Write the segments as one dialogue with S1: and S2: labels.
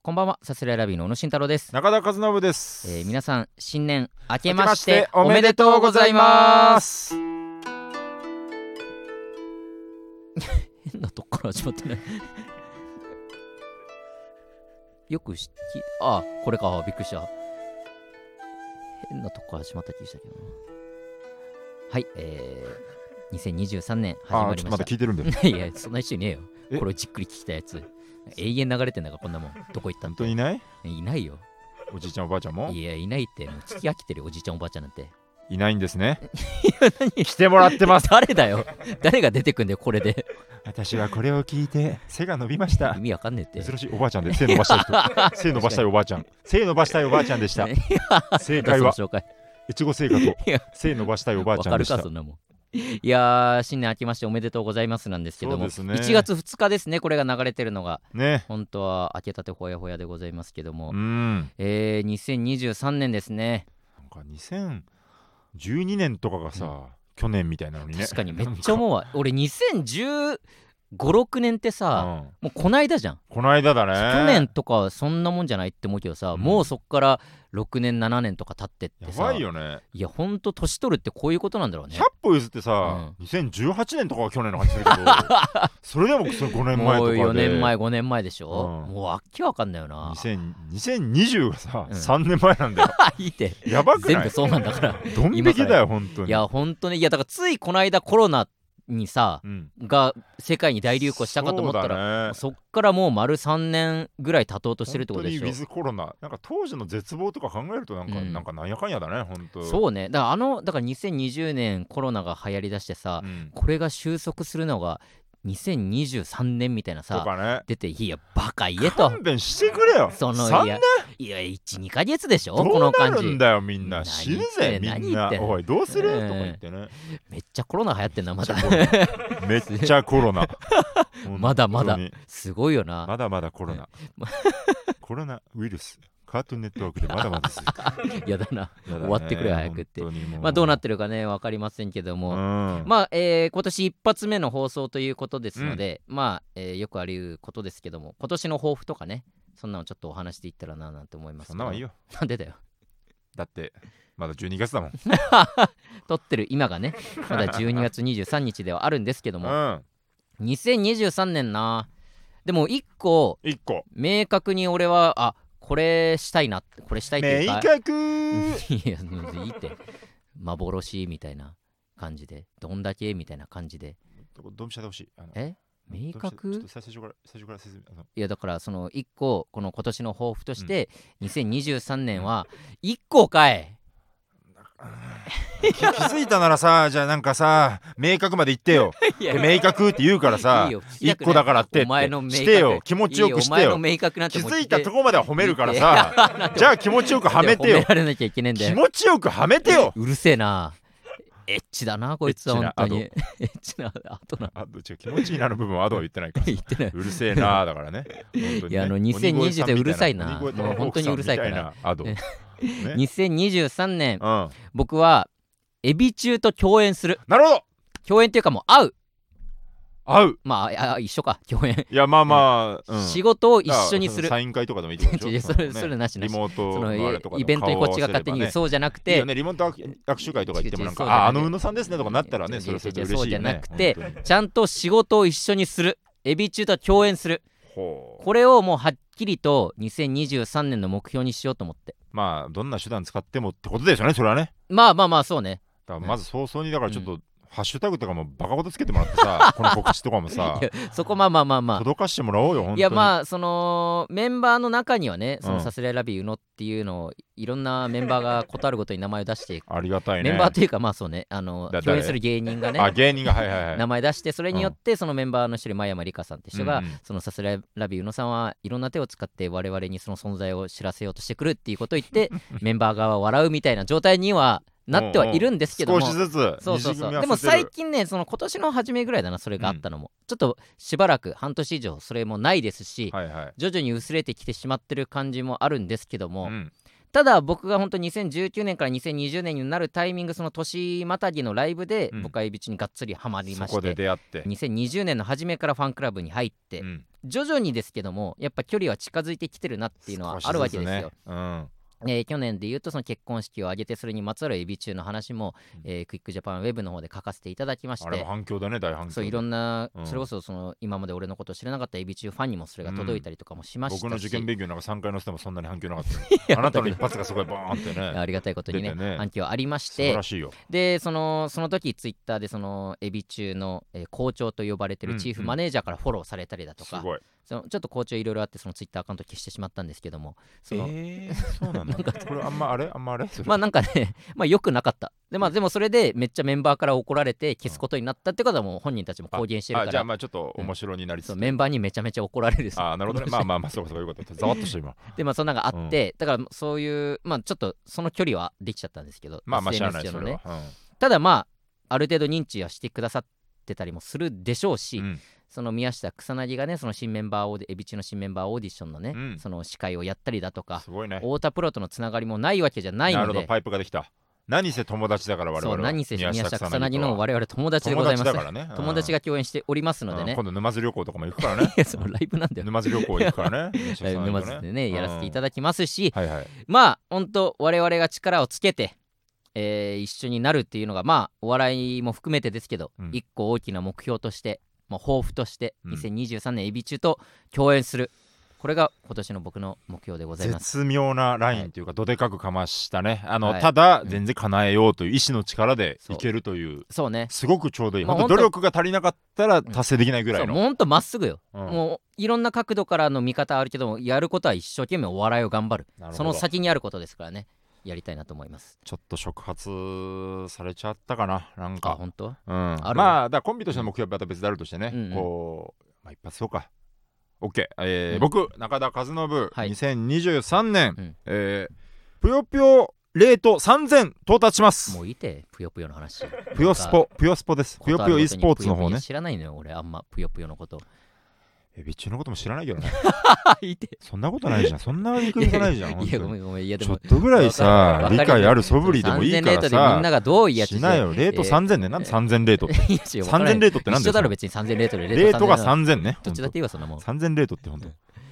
S1: こんばんは、さすらいラビーの小野慎太郎です。
S2: 中田和信です、
S1: えー、皆さん、新年明け
S2: 明け
S1: ま
S2: ま
S1: し
S2: してて
S1: お
S2: お
S1: め
S2: め
S1: で
S2: で
S1: と
S2: と
S1: う
S2: う
S1: ご
S2: ご
S1: ざ
S2: ざ
S1: い
S2: い
S1: ま。
S2: ますす
S1: 変なとこから始まってない。 よく知って、あ、これか、びっくりした。変なとこから始まった気がしたけどな。はい、えー、2023年始
S2: あ
S1: ま
S2: ーち
S1: り
S2: ょ
S1: まし
S2: っとまだ
S1: た。
S2: 聞いてるん だよ
S1: いやいや、そんな一緒にねえよ。
S2: え
S1: これをじっくり聞きたいやつ。永遠流れてんだから、こんなもん。どこ行ったん
S2: 本当にいない
S1: いないよ。
S2: おじいちゃんおばあちゃんも
S1: いや、いないって、もう聞き飽きてるよおじいちゃん、おばあちゃんなんて。
S2: いないんで すね来てもらってます
S1: 誰だよ誰が出てくんだよこれで
S2: 私はこれを聞いて背が伸びました
S1: 意味わかんねえって
S2: 珍しいおばあちゃんで背伸ばしたい 人背伸ばしたいおばあちゃん背伸ばしたいおばあちゃんでした
S1: ね
S2: 正
S1: なん
S2: 解
S1: だ
S2: は
S1: その紹介
S2: いちご製菓と
S1: いや
S2: 背伸ばしたいおばあ
S1: わ
S2: ちゃ
S1: か
S2: んで
S1: る
S2: した
S1: かそんなもんいやー新年明けましておめでとうございますなんですけども、
S2: そうですね
S1: 1月2日ですねこれが流れてるのが
S2: ね
S1: 本当は明けたてほやほやでございますけども、
S2: うんなん
S1: えー、2023年ですね
S2: か2012年とかがさ、去年みたいなのにね
S1: 確かにめっちゃ思う わ俺2015 6年って
S2: う
S1: さ、
S2: ん、
S1: もうこないだじゃん、
S2: この間だね
S1: 去年とかはそんなもんじゃないって思うけどさ、
S2: うん
S1: もうそっから6年7年とか経ってって
S2: や
S1: さ
S2: ばいよね
S1: いやほんと年取るってこういうことなんだろうね
S2: 100歩譲ってさ、2018年とかは去年の感じするけ どそれでもそれ5年前と
S1: も
S2: か
S1: う
S2: で
S1: 4年前5年前でしょ、
S2: うん
S1: もうわっけわかんないよな
S2: 2000 2020がさ、
S1: うん
S2: 3年前なん だよ
S1: いいって
S2: やばく
S1: 全
S2: な
S1: 部
S2: い
S1: そうなんだから
S2: どん引きだよ本当に
S1: いやほんとねいやだからついこの間コロナにさ
S2: うん、
S1: が世界に大流行したかと思ったら
S2: ら
S1: そ,、っからもう丸3年ぐらい経とうとしてるってことで
S2: 本当にウィ
S1: し
S2: ズコロナなんか当時の絶望とか考えるとなんか、
S1: うん
S2: なんかなんやかんやだね本当
S1: ょそうねだからあのだから2020年コロナが流行りだしてさ、
S2: うん、
S1: これが収束するのが2023年みたいな
S2: と
S1: さ
S2: かね
S1: 出ていやバカ言えと
S2: 勘弁してくれよ
S1: その
S2: 3
S1: いや
S2: 年
S1: いや12か月でしょ
S2: ど
S1: この
S2: うな
S1: 感
S2: る
S1: じ
S2: んだよみん
S1: 何
S2: な死ぬ
S1: 言って
S2: ぜみ
S1: 何
S2: ん
S1: 言っ
S2: な
S1: て
S2: おいどうする、
S1: うん
S2: とか言ってね
S1: めっちゃコロナ流行ってんなまだ
S2: めっちゃコ ロナ
S1: まだまだ
S2: 本当に
S1: すごいよな
S2: まだまだコロナ。コロナウイルス。カートゥーンネットワークでまだまだ続く
S1: やだな 終わってくれ早くって。まあどうなってるかね分かりませんけど
S2: もう
S1: も、
S2: ん
S1: まあ、えー今年一発目の放送ということですので、まあ、えーよくありうことですけども今年の抱負とかねそんなのちょっとお話していったらななんて思います
S2: そんなはいい
S1: よ
S2: よ。
S1: なんでだよ
S2: だって、まだ12月だもん。
S1: 撮ってる今がねまだ12月23日ではあるんですけども
S2: うん。
S1: 2023年なでも一個
S2: 1個。
S1: 明確に俺はあこれしたいなこれしたいという
S2: 明
S1: か
S2: 確
S1: いや、うんいいって。幻みたいな感じで、どんだけみたいな感じで。
S2: ドンピシャでほしい。あの
S1: え明
S2: ド
S1: 確
S2: ンピシャちょっと最初から、最初から説明。あの
S1: いや、だから、その1個、この今年の抱負として、2023年は、1個かい
S2: 気気づいたならさ、 じゃあなんかさ、明確まで言ってよ。
S1: い
S2: で明確って言うからさ
S1: いいよ、聞きた
S2: 1
S1: くない
S2: 個だからってっ
S1: お前の明
S2: て。
S1: 確
S2: してよ。気持ちよくして
S1: いいお
S2: よ。
S1: 前の明確なんて
S2: 気
S1: もう
S2: づいたとこまでは褒めるから
S1: いや
S2: さ、じゃあ気持ちよくはめて
S1: で
S2: よ
S1: 褒め。られなきゃいけねえんだ
S2: 気
S1: よ。
S2: 持ちよくはめてよ
S1: うるせえな。エッチだな、こいつは
S2: エッ
S1: 本
S2: チな
S1: 当 に。エッチな、あとな。
S2: あどっちが気持ちいいなの部分はアドは言ってないから
S1: 言って ない。
S2: うるせえなあだからね本当にね
S1: いやあの
S2: 鬼越さんみた
S1: 2020
S2: い
S1: でうるさいな
S2: 鬼越
S1: もう本当にうるさいから
S2: 鬼越さんみたなアド
S1: え
S2: ね
S1: 2023年
S2: う、ん
S1: 僕は、エビ中と共演する。
S2: なるほど
S1: 共演っていうかもう会う
S2: 合う
S1: まあああ一緒か共演、
S2: いやまあまあ、うん
S1: 仕事を一緒にする
S2: だからそのサイン会とかでもいいっ てこと
S1: いや
S2: でしょ
S1: それ
S2: のね
S1: それなしなし
S2: リモー
S1: そ
S2: ト
S1: の
S2: のあれとか
S1: イベントにこっちが勝手に、
S2: う
S1: そうじゃなく
S2: いい
S1: て
S2: よねリモート握握手会とか行ってもなん
S1: 違う違うそうじゃ
S2: か
S1: ない
S2: ああの宇野さんですねとかなったら
S1: 違う違
S2: ね
S1: う
S2: それはそれで
S1: 違う
S2: 嬉しい
S1: そうじゃ
S2: よ
S1: な
S2: ね
S1: くて
S2: 本当に
S1: ちゃんと仕事を一緒にするエビ中と共演する
S2: ほう
S1: これをもうはっきりと2023年の目標にしようと思って
S2: まあどんな手段使ってもってことですよねそれはね
S1: まあまあまあそうね
S2: だからまず早々にだからちょっと、ハッシュタグとかもバカほどつけてもらっ てさこの告知とかもさ
S1: いや そこまあまあまあまあ
S2: 届かしてもらおうよ本当に
S1: いやまあそのメンバーの中にはねそうの
S2: ん
S1: さすらいラビーうのっていうのをいろんなメンバーがことあるごとに名前を出していく、
S2: あ、りがたいね
S1: メンバーというかまあそうねあの
S2: だ誰
S1: 共演する芸人がね
S2: あ芸人がはいはいはい
S1: 名前出してそれによってそのメンバーの一人真山里香さんって人が、
S2: うんうん
S1: そのさすらいラビー宇野さんはいろんな手を使って我々にその存在を知らせようとしてくるっていうことを言って メンバー側は笑うみたいな状態にはなってはいるんですけども
S2: 少しずつ
S1: そうそうそう
S2: 二次組み合わせてる
S1: でも最近ねその今年の初めぐらいだなそれがあったのも、ちょっとしばらく半年以上それもないですし、
S2: はいはい
S1: 徐々に薄れてきてしまってる感じもあるんですけども、
S2: うん
S1: ただ僕が本当2019年から2020年になるタイミングその年またぎのライブで、
S2: うん
S1: 僕はエビチにがっつりハマり
S2: そ
S1: まして
S2: こで出会って、
S1: 2020年の初めからファンクラブに入って、
S2: うん
S1: 徐々にですけどもやっぱ距離は近づいてきてるなっていうのはあるわけですよ。
S2: うん
S1: えー去年で言うとその結婚式を挙げてそれにまつわるエビ中の話も、えークイックジャパンウェブの方で書かせていただきまし
S2: あれ
S1: て
S2: も反響だね大反響
S1: そういろんな、
S2: うん
S1: それこそその今まで俺のことを知らなかったエビ中ファンにもそれが届いたりとかもしましたし、
S2: 僕の受験勉強なんか3回のせてもそんなに反響なかったよ
S1: いや
S2: あなたの一発がすごいバーンって
S1: いや
S2: ね
S1: ありがたいことにね
S2: 出てね
S1: 反響ありまし
S2: 素晴
S1: て
S2: らしいよ
S1: でそのその時ツイッターでそのエビ中の、えー校長と呼ばれて
S2: う
S1: る
S2: ん
S1: チーフマネージャーからフォローされたりだと
S2: す
S1: か、
S2: ごい
S1: そのちょっと校長いろいろあってそのツイッターアカウント消してしまったんですけどもその、
S2: えーそうなんだこれあんまあれあんまあれそ れ
S1: まあなんかねまあ良くなかったで,、まあ、でもそれでめっちゃメンバーから怒られて消すことになったってことはもう本人たちも公言してる
S2: あ
S1: か
S2: じゃあ
S1: ら
S2: まあちょっと面白になりつ
S1: そう
S2: つ
S1: メンバーにめちゃめちゃ怒られる
S2: あーなるほ どねまあまあまあそうかそうかよかったざわっとした今
S1: でまあそんなのがあって、だからそういうまあちょっとその距離はできちゃったんですけど
S2: まあまあ知らない
S1: SNS
S2: そ
S1: 上の
S2: れ
S1: ね
S2: はうん
S1: ただまあある程度認知はしてくださってたりもするでしょうし、
S2: うん
S1: その宮下草薙がねその新メンバーオーデエビチの新メンバーオーディションのね、
S2: うん
S1: その司会をやったりだとか
S2: すごいね
S1: 太田プロとのつながりもないわけじゃない
S2: なる
S1: の
S2: ほど
S1: で
S2: パイプができた何せ友達だから我々
S1: そ
S2: は
S1: う何せ宮下草
S2: とは
S1: 薙の我々友達でございます
S2: 友達だからねうん
S1: 友達が共演しておりますので
S2: うん
S1: ね、
S2: 今度沼津旅行とかも行 くからね
S1: いやそのライブなんだよ
S2: 沼津旅行行 くからね宮下
S1: ライ
S2: 草
S1: ブ
S2: 薙と
S1: 沼津でねやらせていただきますし、
S2: はいはい
S1: まあ本当我々が力をつけて、えー一緒になるっていうのがまあお笑いも含めてですけど、
S2: うん
S1: 一個大きな目標として、まあ、抱負として
S2: うん
S1: 2023年エビ中と共演する、これが今年の僕の目標でございます。
S2: 絶妙なラインというか、どでかくかましたねあの、
S1: はい
S2: ただ
S1: うん
S2: 全然叶えようという意志の力で
S1: そう
S2: いけるという
S1: そうね
S2: すごくちょうどいい、
S1: まあ
S2: 本当努
S1: 本
S2: 力が足りなかったら達成できないぐら
S1: そ
S2: いう
S1: も
S2: の、
S1: うほんとまっすぐよ、
S2: うん
S1: もういろんな角度からの見方あるけどもやることは一生懸命お笑いを頑張る
S2: なるほど
S1: その先にあることですからねやりたいなと思います
S2: ちょっと触発されちゃったかななん
S1: あ
S2: か、
S1: 本当
S2: うん、
S1: る
S2: まあだからコンビとしての目標はまた別であるとしてね、
S1: うんうん
S2: こう、まあ、一発そうか OK、えー
S1: うん
S2: 僕中田和信、
S1: い
S2: 2023年、
S1: うん
S2: えーぷよぷよレート3000到達します
S1: もういいてぷよぷよの話
S2: ぷよスポぷよスポです ぷよぷよ e スポーツの方
S1: ことあるごとにぷよぷ
S2: ね
S1: よ知らないのよ俺あんまぷよぷよの こと
S2: えビッチのことも知らないけどね
S1: あいて
S2: そんなことないじゃん。そんな言い方ないじゃん。
S1: い
S2: 本
S1: や
S2: 当
S1: ごめ
S2: に
S1: んごめんいやで
S2: ちょっ
S1: も
S2: とぐらいさ
S1: わ、か
S2: 理
S1: る
S2: 解ある素振りでもいいか
S1: 3000レート
S2: ら
S1: でみんな
S2: さ、
S1: がどういうやつ
S2: しなよ。レート3000ね。なんで3000レートって。
S1: いや違うわからない
S2: 3000レートってなん
S1: 一
S2: で
S1: 緒だろ別に3000レートで
S2: レートが
S1: 3000
S2: 3000ね。
S1: どっちだっていいわそんなもん
S2: 3000レートって 本当。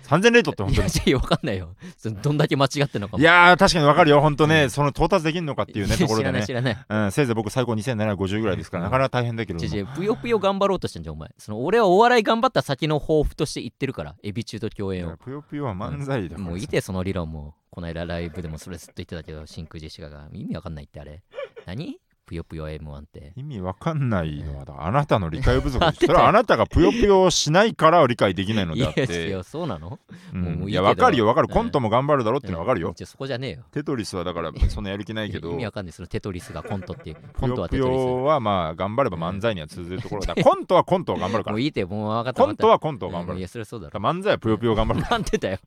S2: 3000レートって本
S1: い
S2: 当
S1: や
S2: に。
S1: 違うわかんないよそのどんだけ間違ってんのか
S2: い
S1: も
S2: やー、確かにわかるよ。本当
S1: う
S2: ね、その到達できるのかっていうね、ところ
S1: 知らな
S2: で
S1: い
S2: ね
S1: 知。らない
S2: うん、せいぜい僕最高2750ぐらいですから、なかなか大変だけれど
S1: 違う違
S2: も。
S1: うぷよぷよ頑張ろうとしてんじゃんお前その俺はお笑い頑張った先の抱負として言ってるからエビ中と共演を
S2: ぷよぷよは漫才だからさ
S1: もういいてその理論もこの間ライブでもそれずっと言ってたけど真空ジェシカが意味わかんないってあれ何ぷよぷよ M1 って
S2: 意味わかんないのはだあなたの理解 不足です
S1: なんでだよ
S2: それはあなたがぷよぷよをしないから理解できないの
S1: い
S2: であ
S1: や
S2: っ
S1: い
S2: て
S1: やそうなの
S2: うん
S1: もうもういい
S2: い
S1: けど
S2: や、わかるよ、わかる。
S1: うん
S2: コントも頑張るだろうってのはわかる
S1: うん
S2: よ。
S1: ちょそこじゃねえよ
S2: テトリスはだから、そんなやる気ないけど
S1: 意、味わかんないそのテトリスがコントっ ていうコ
S2: ぷ
S1: ント
S2: よ
S1: は
S2: ぷ
S1: テトリス
S2: よはまあ、頑張れば漫才には通ずるところだ。コントはコントを頑張るか
S1: も
S2: ら
S1: う。いいってもう分かった
S2: コント
S1: は
S2: はコントを頑張
S1: い
S2: る。
S1: やそれはそうだろ
S2: 漫才はぷよぷよ頑張る。
S1: なんでだよ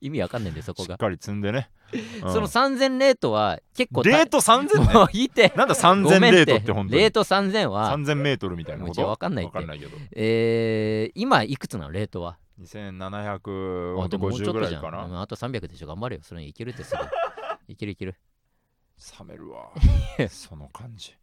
S1: 意味わかんないんだよ そこ
S2: しっ
S1: が
S2: かり積んでね。うん
S1: その3000レートは結構た
S2: レート3000ね
S1: もういいって
S2: なん
S1: ご
S2: だ3000
S1: めん
S2: レートって本当
S1: レー
S2: に。
S1: ト3000は
S2: 3000メートルみたいなこ
S1: もう一応
S2: と
S1: わかんないって
S2: わかんないけど。
S1: えー、今いくつなのレートは
S2: 2750
S1: あでももうちょっ
S2: ぐ
S1: と
S2: らい
S1: じゃん
S2: かな。
S1: うんあと300でしょ頑張れよそれにいけるってすぐいけるいける
S2: 冷め るわ。その感じ。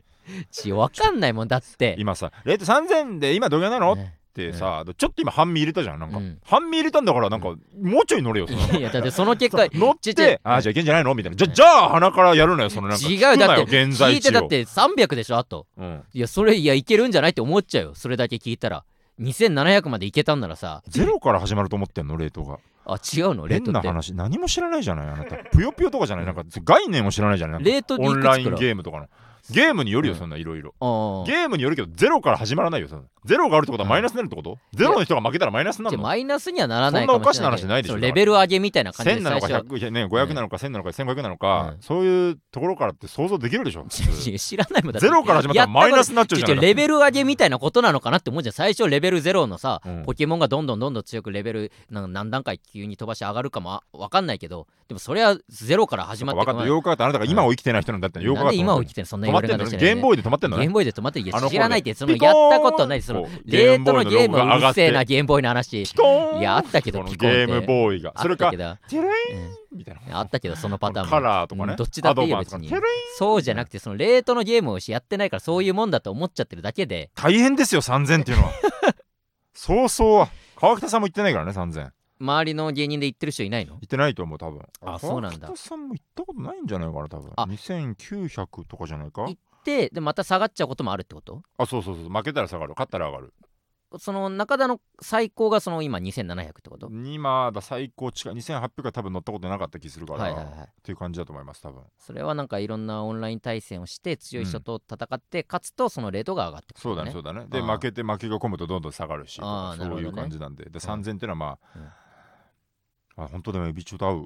S1: ちわかんないもんだって
S2: 今さ、レート3000で今どげなのっ
S1: ね
S2: てさ、ちょっと今半身入れたじゃん。なんか
S1: うん、
S2: 半身入れたんだから、なんか、もうちょい乗れよ。その
S1: いやだってその 結果
S2: 乗っ
S1: ちっちゃい
S2: て、あ、じゃあいけんじゃないのみたいな。じゃ、
S1: うん
S2: じゃあ鼻からやるのよ、そのなんか。
S1: 違うだって
S2: 聞くなよ現在
S1: 聞
S2: 地を
S1: いてだっ。て300でしょあと
S2: うん
S1: いやそれいやいけるんじゃないって思っちゃうよそれだけ聞いたら2700までいけたんならさ
S2: ゼロから始まると思ってんの、レートが。
S1: あ違うのレー
S2: 変
S1: トっ
S2: な
S1: て
S2: 話、何も知らないじゃない、あなた。ぷよぷよとかじゃない、なんか概念を知らないじゃない。なんか
S1: レートでい
S2: オ
S1: く
S2: ン
S1: つ
S2: ライ
S1: か
S2: ン
S1: ら
S2: ゲームとかの。ゲームによるよ、
S1: うん
S2: そんないろいろ。
S1: ああ
S2: ゲームによるけど、ゼロから始まらないよ、そんなゼロがあるってことはマイナスになるってことゼロの人が負けたらマイナスにな
S1: じゃ
S2: る
S1: あ
S2: の
S1: マイナスにはならないかもしれない
S2: そんなおかしな話ないでしょ
S1: そのレベル上げみたいな感じで
S2: ?1000 な
S1: 最
S2: のか
S1: 初は
S2: 100、ね、500なのか1000なのか1500なのか、
S1: うん
S2: そういうところからって想像できるでしょ普通
S1: いや 知らないもんだって
S2: ゼロから始まったらマイナスになっちゃう
S1: ち
S2: じ
S1: ょち
S2: ゃな
S1: ょ
S2: い
S1: レベル上げみたいなことなのかなって思うじゃん最初レベル0のさ、
S2: うん
S1: ポケモンがどんどんどんどん強くレベルなんか何段階急に飛ばし上がるかもわかんないけどでもそれはゼロから始まって
S2: 分かった、ようかった。あなたが今を生きてない人なんだって、よう
S1: な
S2: か
S1: ん
S2: かっ
S1: で
S2: た。
S1: 今を生きてるそんな
S2: 止まってん
S1: 言
S2: の
S1: われ方
S2: ね。
S1: して
S2: ゲームボーイで止まってんの
S1: ゲー
S2: ね
S1: ム。ボーイで止まってい
S2: あの
S1: や
S2: 頃
S1: 知らないってその
S2: ピコー
S1: や
S2: ン
S1: ったことないその
S2: こう
S1: レートのゲ
S2: ゲ
S1: ー
S2: ー
S1: ム
S2: ムボーイのロゴが
S1: は
S2: 上
S1: う
S2: が
S1: るせ
S2: って
S1: えなゲームボーイの話
S2: ピコーン
S1: いやあったけど
S2: この
S1: ピコ
S2: ゲ
S1: ーンって
S2: ームボーイが。それ
S1: あっ
S2: か
S1: たけ、ど
S2: テレイン
S1: うん
S2: みたいな。
S1: あったけどそのパターンも
S2: カラーとか
S1: う
S2: ね。
S1: んどっちだっていいよ
S2: アドバンス
S1: 別
S2: と
S1: に
S2: かねテレイン
S1: そうじゃなくてそのレートのゲームをしやってないからそういうもんだと思っちゃってるだけで
S2: 大変ですよ、3000っていうのは。そうそうは。川北さんも行ってないからね3000行
S1: 周りの芸人で言ってる人いないの
S2: ってないと思う多分
S1: あそうなんだ
S2: 川北さんも行ったことないんじゃないかな多分
S1: あ
S2: 2900とかじゃないか
S1: いででまた下がっちゃうこともあるってこと
S2: あそうそうそう負けたら下がる勝ったら上がる
S1: その中田の最高がその今2700ってこと
S2: 今だ最高近い2800が多分乗ったことなかった気するから、
S1: はいはいはい
S2: っていう感じだと思います多分
S1: それはなんかいろんなオンライン対戦をして強い人と戦って、勝つとそのレートが上がってくる
S2: そうだね
S1: ね
S2: そうだねで
S1: あー
S2: 負けて負けが込むとどんどん下がるしと
S1: あーなる
S2: かそ
S1: ほ
S2: う
S1: ど
S2: い
S1: ね
S2: う感じなんでで3000ってのはまあ、あ本当でもエビチョと合う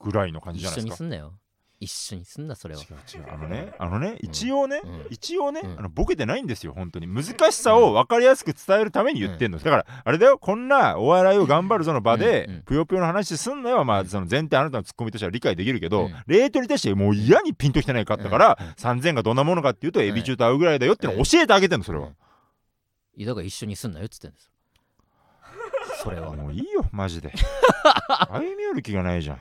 S2: ぐらいの感じじ
S1: 一
S2: ゃない
S1: 緒
S2: です
S1: に
S2: か
S1: すんなよ一緒にすんなそれは
S2: 違う違うあのねあのね
S1: うん
S2: 一応ね、
S1: うん
S2: 一応ね、
S1: うん
S2: あのボケてないんですよ本当に難しさを分かりやすく伝えるために言ってんの、だからあれだよこんなお笑いを頑張るぞの場で、
S1: うんうん
S2: ぷよぷよの話すんのよまあその前提あなたのツッコミとしては理解できるけ
S1: う
S2: ど、
S1: ん
S2: レートに対してもう嫌にピンときてないかったから、
S1: うんうん
S2: 3000がどんなものかっていうと、
S1: い
S2: エビ中と合うぐらいだよってのを教えてあげてんのそれは、
S1: いやだから一緒にすんなよっつってんですよそれは
S2: もういいよマジ で歩み寄る気がないじゃん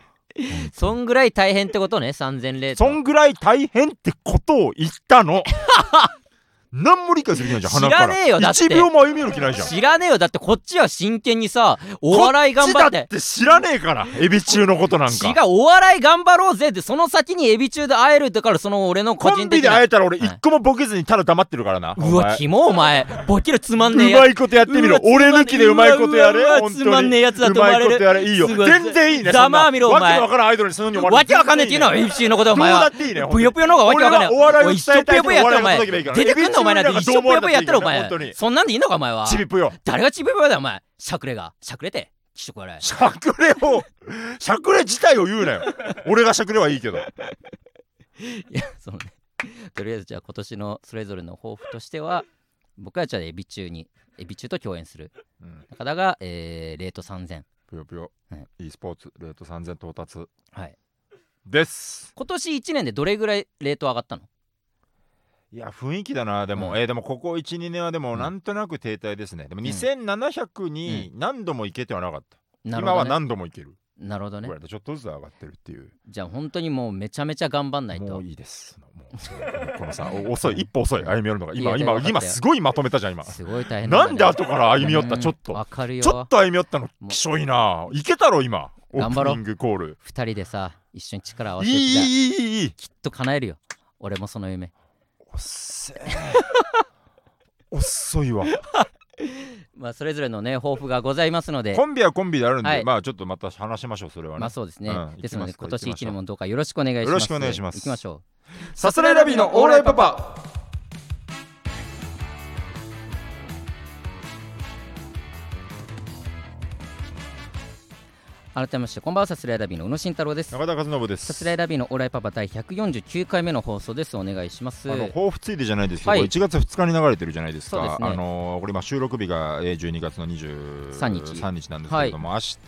S1: そんぐらい大変ってことね3000レート
S2: そんぐらい大変ってことを言った の何も理解する気ないじゃん鼻か
S1: 知ら
S2: ら
S1: ねえよだって
S2: 1秒も歩み寄る気ないじゃん
S1: 知らねえよだってこっちは真剣にさお笑い頑張っ
S2: こちだってて知らねえからエビ中のことなん
S1: 違う
S2: か
S1: お笑い頑張ろうぜってその先にエビ中で会えるだからその俺の個
S2: コ
S1: 人
S2: ンビ
S1: 的
S2: で
S1: な
S2: 会えたら俺
S1: はい
S2: 一個もボケずにただ黙ってるからなお
S1: うわ
S2: 前
S1: キモお前ボケるつまんねえ
S2: う
S1: や
S2: まいことやってみろ
S1: うわ
S2: 俺抜きでうまいことやれ
S1: うわうわ
S2: 本当に
S1: つまんねえやつだと思われる
S2: うまいことやれいいよ
S1: すごい
S2: 全然いいね
S1: ざまあみろ
S2: そんな
S1: お前
S2: わけのわからんアイドルにそのように思
S1: わけわかんねえっていうのは
S2: 全然いいね
S1: FC のことお前
S2: どう
S1: は
S2: だっていいね
S1: ぷよぷよの方がわけわかんない
S2: 俺はお笑いを伝えた
S1: お一
S2: い
S1: 生ぷよぷよやったらお前
S2: 俺らのことだけでいいから
S1: 出てくんのお前なんて一生ぷよぷよやったらお
S2: 本当に
S1: 前そんなんでいいのかお前は
S2: ちびぷよ
S1: 誰がちびぷよだよお前しゃくれがしゃくれ て気色悪い
S2: しゃくれをしゃくれ自体を言 うなよ俺がしゃくれはいいけど
S1: いやそのねとりあえずじゃあ今年のそれぞれの抱負としては僕はじゃあエビ中にエビ中と共演する
S2: うん
S1: 中田が、えー、レート3000
S2: ぷよぷよ
S1: はい
S2: e スポーツレート3000到達
S1: はい
S2: です
S1: 今年1年でどれぐらいレート上がったの
S2: いや雰囲気だなでも、
S1: うん
S2: えーでもここ12年はでも
S1: うん
S2: なんとなく停滞ですねでも
S1: ん
S2: 2700に何度も行けてはなかった、
S1: なる
S2: 今
S1: ほ
S2: は
S1: どね
S2: 何度も行ける
S1: なるほど
S2: ぐ
S1: ね
S2: らいでちょっとずつ上がってるっていう、
S1: じゃあ本当にもうめちゃめちゃ頑張んない
S2: も
S1: と
S2: ういいですもうもうこ のさお遅い一歩遅い歩み寄るのが
S1: い
S2: 今
S1: やいや
S2: 今
S1: 分かったよ
S2: 今すごいまとめたじゃん今、
S1: すごい大変
S2: なん
S1: ん
S2: で
S1: だね
S2: 後から歩み寄ったちょっ
S1: うん
S2: と
S1: わかるよ
S2: ちょっと歩み寄ったのきしょいな行けたろ今オ
S1: 頑
S2: ー
S1: 張
S2: プ
S1: ろう
S2: ニングコール
S1: 2人でさ一緒に力を合わ
S2: い
S1: せて
S2: い
S1: じゃあ
S2: いいいいいい
S1: きっと叶えるよ俺もその夢
S2: おっせ え遅いわ
S1: まあそれぞれのね抱負がございますので
S2: コンビはコンビであるんで、
S1: はい
S2: まあちょっとまた話しましょうそれはね、
S1: まあそうですね、
S2: うん
S1: ですので
S2: 行きますか
S1: 今年
S2: 行き
S1: 1
S2: ましょう
S1: 年もどうかよろしくお願いします
S2: よろしくお願いします
S1: 行きましょう
S2: さすらいラビーのオーライパパ
S1: 改めましてこんばんはさすらいラビーの宇野慎太郎です
S2: 中田和信で
S1: さす
S2: す
S1: らいラビーのオーライパパ第149回目の放送ですお願いします
S2: あの抱負ついでじゃないですけど、
S1: はい
S2: 1月2日に流れてるじゃないです
S1: そう
S2: か
S1: ですね
S2: あのーこれ今収録日がえー12月の23
S1: 日
S2: 日日なんですけれども、明日に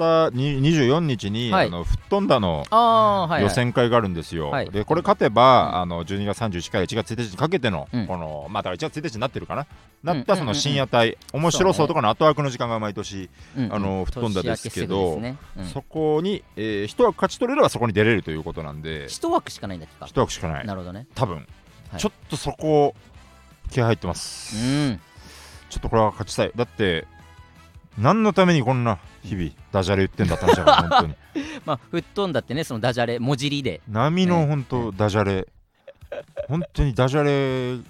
S2: 24日に、
S1: はい
S2: あの吹っ飛んだの
S1: ああーはい、はい、
S2: 予選会があるんですよ、
S1: はい
S2: でこれ勝てば、あの12月31日から1月1日にかけての、
S1: うん
S2: このまあだから1月1日になってるかな、なっ
S1: う
S2: た
S1: ん
S2: そ
S1: うんうんう
S2: の
S1: ん
S2: 深夜帯、面白そうとかの後枠の時間が毎年、
S1: うんうん
S2: あの吹っ飛んだですけど
S1: 年明けすぐですね
S2: そこに、えー一枠勝ち取れればそこに出れるということなん
S1: うん
S2: で、
S1: 一枠しかないんだっけか
S2: 一枠しかない。
S1: なるほどね
S2: 多分、
S1: はい
S2: ちょっとそこ気合入ってます、
S1: うん
S2: ちょっとこれは勝ちたいだって何のためにこんな日々ダジャレ言ってんだったんじゃ ない本当に
S1: まあ吹っ飛んだってねそのダジャレ文字りで
S2: 波
S1: ね
S2: の本当ダジャレ本当にダジャレ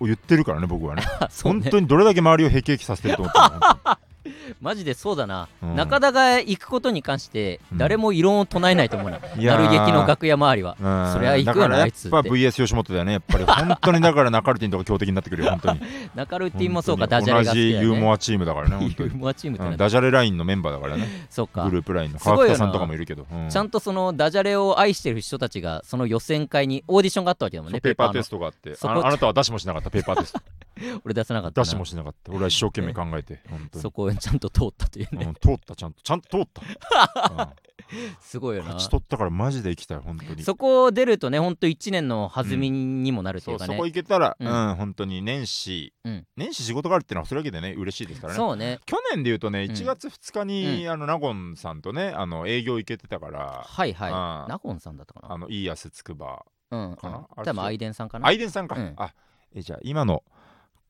S2: を言ってるからね僕はね
S1: あそう
S2: 本
S1: ね
S2: 当にどれだけ周りをへきへきさせてると思ってるの本
S1: マジでそうだな、
S2: うん
S1: 中田が行くことに関して
S2: うん
S1: 誰も異論を唱えないと思うな、
S2: 当にい
S1: なる劇の
S2: 学
S1: 楽屋周りは
S2: う ん
S1: そりゃ行
S2: だ
S1: くよな
S2: からや
S1: あ
S2: っ
S1: いつって
S2: ぱ VS 吉本だよねやっぱり本当にだからナカルティンとか強敵になってくるよ本当に
S1: ナカ ルティもそうかダ
S2: 本
S1: ジ
S2: 当
S1: ャレ
S2: に
S1: が好きだよ、
S2: 同じ
S1: ね、
S2: ユーモアチームだからね本当
S1: ユー
S2: に、
S1: モアチームって
S2: う
S1: なん
S2: ん
S1: だ、
S2: ダジャレラインのメンバーだからね
S1: そうか
S2: グループラインの
S1: すごいよな
S2: 川北さんとかもいるけど、うん
S1: ちゃんとそのダジャレを愛してる人たちがその予選会にオーディションがあったわけだもん
S2: そう
S1: ね
S2: ペーパー
S1: の
S2: テストがあって
S1: そこ
S2: ああなたは出しもしなかったペーパー テスト
S1: 俺出せなかった
S2: 出
S1: な
S2: しもしなかった俺は一生懸命考えて本当に
S1: そこをちゃんと通ったというね、
S2: うん、通ったちゃんとちゃんと 通った、
S1: すごいよ
S2: うん
S1: な
S2: 勝ち取ったからマジで行きたい本当に
S1: そこを出るとねほんと1年の弾みにもなると
S2: そ
S1: いううか
S2: そ
S1: ね、
S2: こ行けたら、
S1: う
S2: うんん本当に年始、
S1: うん
S2: 年始仕事があるってのはそれだけでね嬉しいですからね
S1: そうね
S2: 去年で言うとね
S1: ん
S2: 1月2日に、あのナゴンさんとねあの営業行けてたから、
S1: はいはい
S2: あー
S1: ナコンさんだったか
S2: あのいい汗つくば
S1: なうんうん
S2: かなあれ
S1: 多分アイデンさんかな
S2: アイデンさんか、
S1: うん
S2: あえじゃあ今の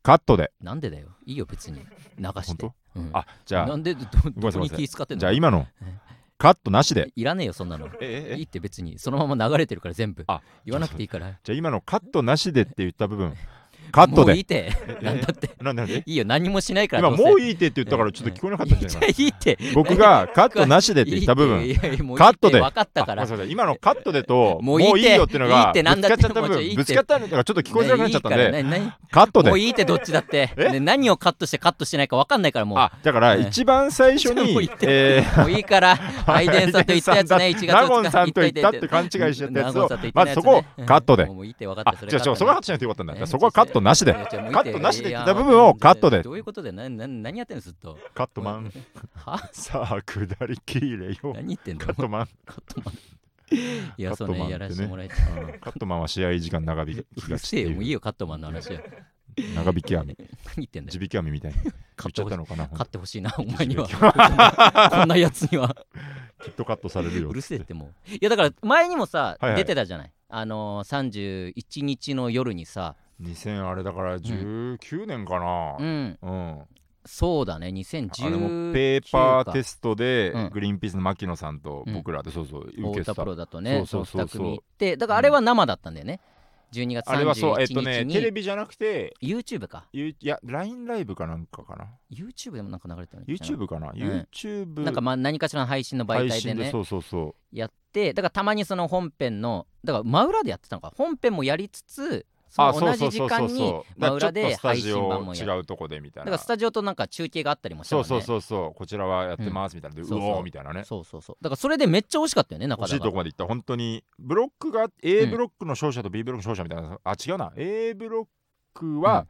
S2: カットで
S1: なんでだよ。いいよ、別に。流して
S2: 本。
S1: うん
S2: あじゃ
S1: な
S2: あ
S1: んでど
S2: ごめ
S1: ど
S2: んなさ
S1: こ
S2: い
S1: に気使ってんの
S2: じゃあ今のカットなしで
S1: いらねえよ、そんなの。
S2: え
S1: いいって別に、そのまま流れてるから全部
S2: あ。
S1: 言わなくていいから。
S2: じゃあ今のカットなしでって言った部分カット
S1: もういい
S2: で
S1: って。なんだって。
S2: なんでなんで
S1: いいよ、何もしないから。
S2: 今
S1: どせ
S2: もういいってって言ったからちょっと聞こえなかったんじゃないかな
S1: じゃあいいって。
S2: 僕がカットなしでって言った部分
S1: いいっていやいやもういいって
S2: カットで
S1: 分かったか
S2: あ
S1: ら。
S2: ごめんなさい今のカットでと
S1: もう
S2: もう
S1: いいって
S2: いいよっての
S1: いいっ
S2: が
S1: て
S2: ぶ
S1: なん
S2: つ
S1: だ
S2: か
S1: っ
S2: ってちゃった
S1: もうちょいいって
S2: 分ぶつかったのがちょっと聞こえづらくなっちゃったん
S1: ねい
S2: で
S1: いからね
S2: カット
S1: もう
S2: で
S1: いいってどっちだって。
S2: え
S1: ね何をカットしてカットしてないか分かんないからもう。
S2: あだから
S1: ええ
S2: 一番最 初に
S1: もういいって
S2: えー
S1: もういい から、アイデンさんと言ったやつね、1月
S2: ナゴンさんと言ったっ
S1: 言
S2: て勘違いしちゃった
S1: ナ
S2: やつ
S1: ゴン
S2: を
S1: さんと言った
S2: ま
S1: やつね
S2: ずそこをカットで
S1: もういいって分か
S2: あ
S1: った。
S2: じゃあ
S1: カ
S2: そ
S1: ット
S2: うその話じゃなくてよかったんだだからそこはカットなしで
S1: ね
S2: カットなしで
S1: いや
S2: 言ってた部分をカットで
S1: どういうことで何何何やってんのずっと。
S2: カットマン
S1: は
S2: さあ下りきれよ
S1: 何言ってんの
S2: カットマン
S1: カットマン。 いや、
S2: カッ
S1: そ
S2: トマンってね
S1: れやらせてもらいたい。
S2: カットマンは試合時間長引き
S1: うる
S2: が
S1: せ
S2: ち
S1: えよ、もういい
S2: い
S1: よ、カットマンの話は。
S2: 長引き
S1: 何
S2: 網
S1: 言ってんだ
S2: 地
S1: よ。
S2: 引き網みたいに言
S1: カ
S2: っ
S1: ッ
S2: ちゃ
S1: ト
S2: ったのかな
S1: 勝ってほしいな、お前には。
S2: 地
S1: こんなやつには。
S2: きっとカットされるよ
S1: うるせえってもう。いや、だから前にもさ、
S2: はいはい
S1: 出てたじゃない。あのー、31日の夜にさ、
S2: 2000あれだから19年かな
S1: うん、
S2: うん
S1: そうだね、
S2: あれも
S1: 2010
S2: ペーパー
S1: か
S2: テストで
S1: うん
S2: グリーンピースの牧野さんと
S1: うん
S2: 僕らでそうそう受
S1: 太
S2: けて
S1: 田
S2: た
S1: プロだとね、
S2: そうそうそうそう
S1: の二組行って、だからあれは生だったんだよね。12月
S2: あれはそうえ
S1: 31
S2: っとね
S1: 日
S2: テレ
S1: に
S2: ビじゃなくて
S1: YouTube か。
S2: ゆいや LINE ライブかなんかかな
S1: YouTube でもなんか流れてたの
S2: YouTube かな YouTube
S1: なんかまあ何かしらの配信の媒体
S2: 配
S1: で
S2: 信で
S1: ね
S2: そうそうそ
S1: やってだからたまにその本編のだから真裏でやってたのか本編もやりつつ
S2: う
S1: その
S2: あそ
S1: 同
S2: うそ
S1: じ時
S2: うそうそ
S1: 間
S2: う
S1: に
S2: そうだ
S1: 真
S2: か
S1: 裏
S2: らちょっと
S1: で
S2: スタ
S1: 配
S2: ジ
S1: 信版も
S2: オ
S1: やる
S2: 違うとこでみた
S1: だ
S2: い
S1: から
S2: な
S1: スタジオとなんか中継があったりもした
S2: そ
S1: もん
S2: う
S1: ね
S2: そうそうそうこちらはやってますみたいなでう
S1: そうそう
S2: おーみたいなね
S1: そうそうそうだからそれでめっちゃ惜しかったよね中
S2: 欲し
S1: 田
S2: いと
S1: が
S2: こまで行った本当にブロックが
S1: う
S2: A
S1: ん
S2: ブロックの勝者と B ブロックの勝者みたいな、あ違うな A ブロックは、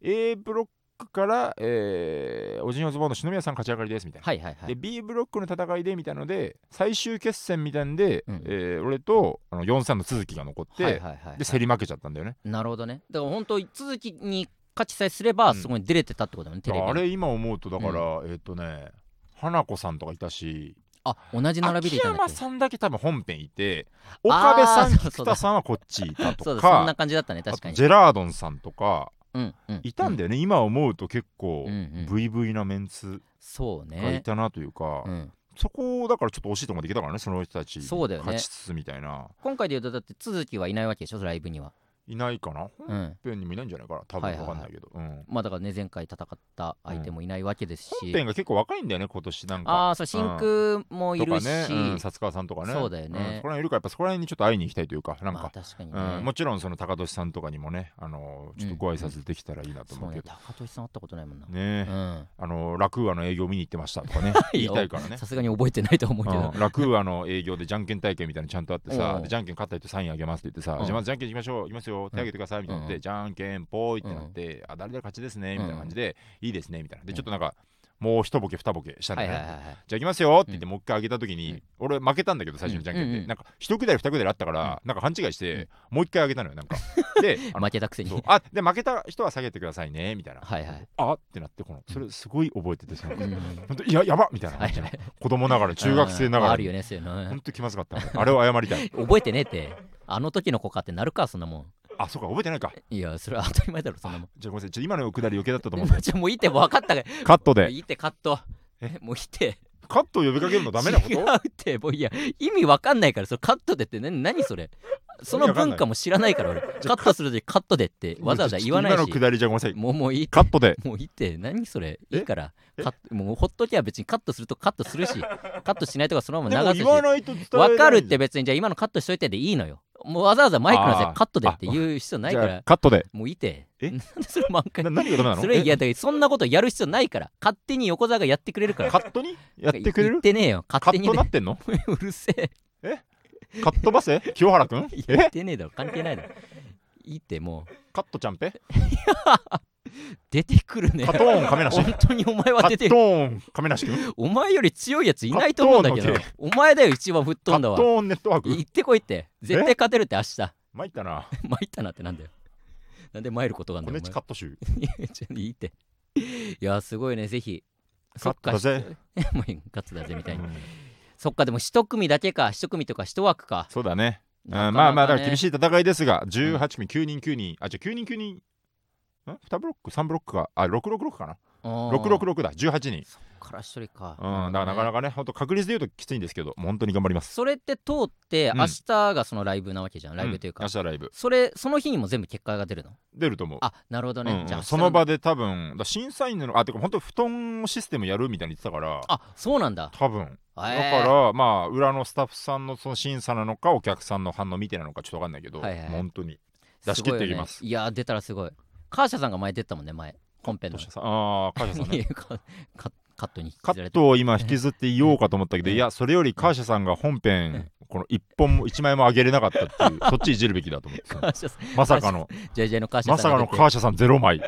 S2: A ブロックから、えー、おじんおずぼんの篠宮さん勝ち上がりですみたいな、
S1: はいはいは
S2: で
S1: い
S2: B ブロックの戦いでみたいので最終決戦みたいんで、
S1: うん
S2: えー俺とあの43の鈴木が残って、
S1: はいはいはい
S2: で競り負けちゃったんだよね、
S1: なるほどねだから本当続きに勝ちさえすれば
S2: うん
S1: すごい出れてたってことだよね、テレビに
S2: あれ今思うとだから、えっ、とね花子さんとかいたし
S1: あ同じ並びで
S2: 秋
S1: いたんだ
S2: 山
S1: っけ
S2: さんだけ多分本編いて
S1: あ
S2: 岡
S1: ー
S2: 部さん
S1: そうだ
S2: 菊田さんはこっちいた
S1: そう
S2: と
S1: だそん
S2: か
S1: な感じだったね
S2: あ
S1: 確か
S2: と
S1: に
S2: ジェラードンさんとか
S1: うんうん
S2: いたんだよね、今思うと結構
S1: うんうん
S2: ブイブイなメンツ
S1: そう
S2: がい
S1: ね
S2: たなというか、
S1: うん、
S2: そこをだからちょっと惜しいとこまでいけたからねその人たち
S1: そうだよね
S2: 勝ちつつみたいな、
S1: 今回で言うとだって続きはいないわけでしょライブには、
S2: いないかな
S1: う
S2: 本
S1: ん、
S2: 編にもいないんじゃないかな多
S1: は
S2: 分
S1: いはい
S2: わ
S1: はい
S2: かんないけど、うん
S1: まあだからね前回戦った相手もいないわけですし、
S2: 本編が結構若いんだよね今年なんか
S1: ああそう真空もい
S2: とか
S1: るし、
S2: ね、うん、薩川さんとかね
S1: そうだよね
S2: んそこら辺いるからやっぱそこら辺にちょっと会いに行きたいというかなん
S1: まあ
S2: か、
S1: 確かにね、
S2: うん、もちろんその高俊さんとかにもねあのちょっとご挨拶できたらいいなと
S1: そ
S2: 思
S1: う
S2: う
S1: ね
S2: けど、
S1: 高俊さん会ったことないもんな、
S2: ね
S1: うん
S2: あのラクーアの営業見に行ってましたと かね言いたいからね
S1: さすがに覚えてないと思う けど
S2: うん、ラクーアの営業でじゃんけん大会みたいなのちゃんとあって
S1: う
S2: さ
S1: ん、
S2: でじゃんけん勝った人サインあげますって言ってさ
S1: う、ん
S2: じゃあまずじゃんけんいきましょう、いきますよ、手挙げてくださいみたいになって、
S1: うん
S2: じゃんけんぽいってなって、あ、誰々勝ちですねみたいな感じで、いいですねみたいな。で、
S1: うん
S2: ちょっとなんか、もう一ボケ二ボケしたん
S1: は
S2: だ
S1: い
S2: よ
S1: はいはい
S2: ね。
S1: はい
S2: じゃあいきますよって言って、もう一回あげたとき
S1: うん
S2: に、俺負けたんだけど、最初のじゃんけん
S1: うんう
S2: で。
S1: ん
S2: なんか、一くだり二くだりあったから、なんか勘違いして、もう一回あげたのよ、な んか。で、あの
S1: 負けたくせに
S2: そうあで負けた人は下げてくださいねみたいな。
S1: はいはい
S2: あってなって、この、それすごい覚えてて、その
S1: うん
S2: 本当いや、やばみたいな
S1: は
S2: 感
S1: い
S2: じ
S1: は
S2: の
S1: い
S2: 子供ながら、中学生なが
S1: うん
S2: ら
S1: ある。よねそういうの
S2: ほんと気まずかった。あれを謝りた い。
S1: 覚えてねえってあの時の子かってなるかそんなもん
S2: あ、そうか、覚えてないか。
S1: いやそれは当たり前だろそんなもん
S2: じゃあごめんなさい。ちょっと今のくだり余計だったと思うんで。
S1: 今ちょもういいって分かったか
S2: カット
S1: ら
S2: で。
S1: いいってカット
S2: え
S1: もういいって
S2: カットを呼びかけるのダメなこ
S1: 違う
S2: と
S1: ってもういや意味わかんないからそれカットでって何何それその文化も知らないから俺カットする時カットでってわざわざ言わない
S2: ちょっと今
S1: し
S2: のくだりじゃごめんなさい。
S1: もうもういい
S2: カットで。
S1: もういいって何それい
S2: え
S1: いから
S2: え
S1: カットもうほっときゃ別にカットするとカットする しカットしないとかそのま
S2: で
S1: ま
S2: も
S1: 流す
S2: 言
S1: し
S2: わないと伝えられな
S1: わ
S2: い
S1: かるって別にじゃあ今のカットしといてでいいのよもうわざわざマイクのせい
S2: あー
S1: カットでって言う必要ないか
S2: じゃあ
S1: ら
S2: カットで。
S1: もういいって
S2: え
S1: なんでそれ満開
S2: な何がダメなの
S1: それい
S2: え
S1: やだからそんなことやる必要ないから勝手に横澤がやってくれるから
S2: カットにやってくれ
S1: 言っ
S2: る
S1: てねえよ
S2: カ
S1: 勝手
S2: ッ
S1: に
S2: トな
S1: ね
S2: ってんの
S1: うるせえ
S2: カットバセ清原くん
S1: 言っ
S2: え
S1: てねえだろ関係ないだろいいってもう
S2: カットちゃんぺ
S1: 出てくるね
S2: カトーン亀 梨。
S1: 本当にお前
S2: カ
S1: は出
S2: ッ
S1: て
S2: ト
S1: る
S2: ーン亀梨くん
S1: お前より強いやついないと思うんだけど
S2: カット
S1: お前だよ一番吹っ
S2: カ
S1: 飛んだ
S2: ッ
S1: わ
S2: トーンネットワーク
S1: 行ってこいって絶対勝てるって明日 参
S2: 参ったな。
S1: ったなってなんだよなんで参ることがあん
S2: コ
S1: だよお
S2: ネチ
S1: 前
S2: カット州。
S1: いやちょいいって。いや、すごいね、ぜひ。
S2: カットだぜ
S1: そっか。もういいガッツだぜみたいうな。
S2: ん
S1: そっか、でも一組だけか、一組とか一枠か。
S2: そうだね。うん
S1: なかなかね
S2: まあまあ、だから厳しい戦いですが、18組、9人9人、あ、じゃあ9人9人、 2ブロック3ブロックがあ666かな
S1: 666
S2: 666だ18人
S1: から一人か。
S2: うんだからなかな
S1: か。
S2: かね本当確率で言うときついんですけどもう本当に頑張ります
S1: それって通って、
S2: うん
S1: 明日がそのライブなわけじゃん。ライブというか。
S2: ん明日ライブ
S1: それ、その日にも全部結果が出るの
S2: 出ると思う
S1: あ、なるほどね。
S2: うん
S1: じゃあ、
S2: その場
S1: で。
S2: で多分だ審査員のあてか本当布団システムやるみたいに言ってたから
S1: あ、そうなんだ。
S2: 多分
S1: だ
S2: だからまあ裏のスタッフさんのその審査なのかお客さんの反応見てなのかちょっと分かんないけど、
S1: はいはいはい
S2: 本当に出し切っていきます
S1: ごいよねいやー出たらすごいカーシャさんが前出たもんね前コンペの
S2: どうしたさああカーシャさんね
S1: いやカカカットに引
S2: カ
S1: きずら
S2: ッ
S1: れて
S2: トを今引きずって言おうかと思ったけど、
S1: うん
S2: いやそれよりカーシャさんが本編この一本も一枚も上げれなかったっていう そっちいじるべきだと思って
S1: カーシャさん
S2: まさかの
S1: JJ のカーシャ
S2: ま
S1: さ
S2: さ
S1: んが出
S2: かの
S1: て
S2: カーシャさんゼロ枚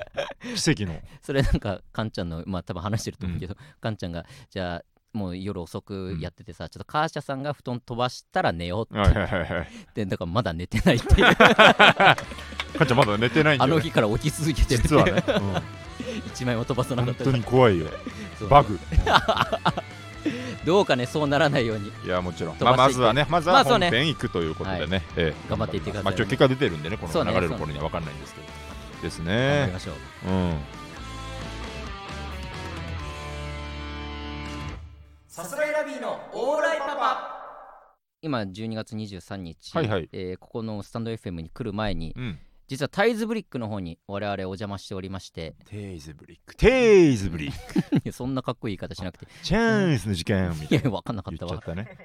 S2: 奇跡の
S1: それなんかカンちゃんのまあ多分話してると思うけど、カンちゃんがじゃあもう夜遅くやっててさ、ちょっとカーシャさんが布団飛ばしたら寝ようって
S2: はいはいはいはい
S1: 言ってだからまだ寝てないっていう
S2: カーちゃんまだ寝てないんだ
S1: あ
S2: よ、
S1: の
S2: ね、
S1: 日から起き続けてるって
S2: 実はね、うん
S1: 一枚も飛ばさなか
S2: 本
S1: った
S2: 当に怖いよ
S1: そう
S2: バグ
S1: どうかねそうならないように
S2: いやもちろん、
S1: 飛
S2: まあ、
S1: ば
S2: ま
S1: していって
S2: ずはねまず
S1: ま
S2: は
S1: あそう
S2: 本
S1: ね
S2: 編行くということでね、ええ
S1: 頑張っていってください
S2: まあ、今日結果出てるんでねこ
S1: そう
S2: の
S1: ね
S2: 流れる頃には分かんないんですけど、です
S1: 頑張り
S2: ね
S1: ましょう、
S2: うん
S1: さすらいラビーのオーライパパ今12月23日、
S2: はいはい
S1: えーここのスタンド FM に来る前に
S2: うん
S1: 実はタイズブリックの方に我々お邪魔しておりまして
S2: テイズブリックテイズブリッ ク
S1: そんなかっこいい言い方しなくて
S2: チャンスの時間み
S1: い
S2: たい
S1: や分かんなか
S2: な
S1: った
S2: 言っちゃ
S1: わ
S2: ったね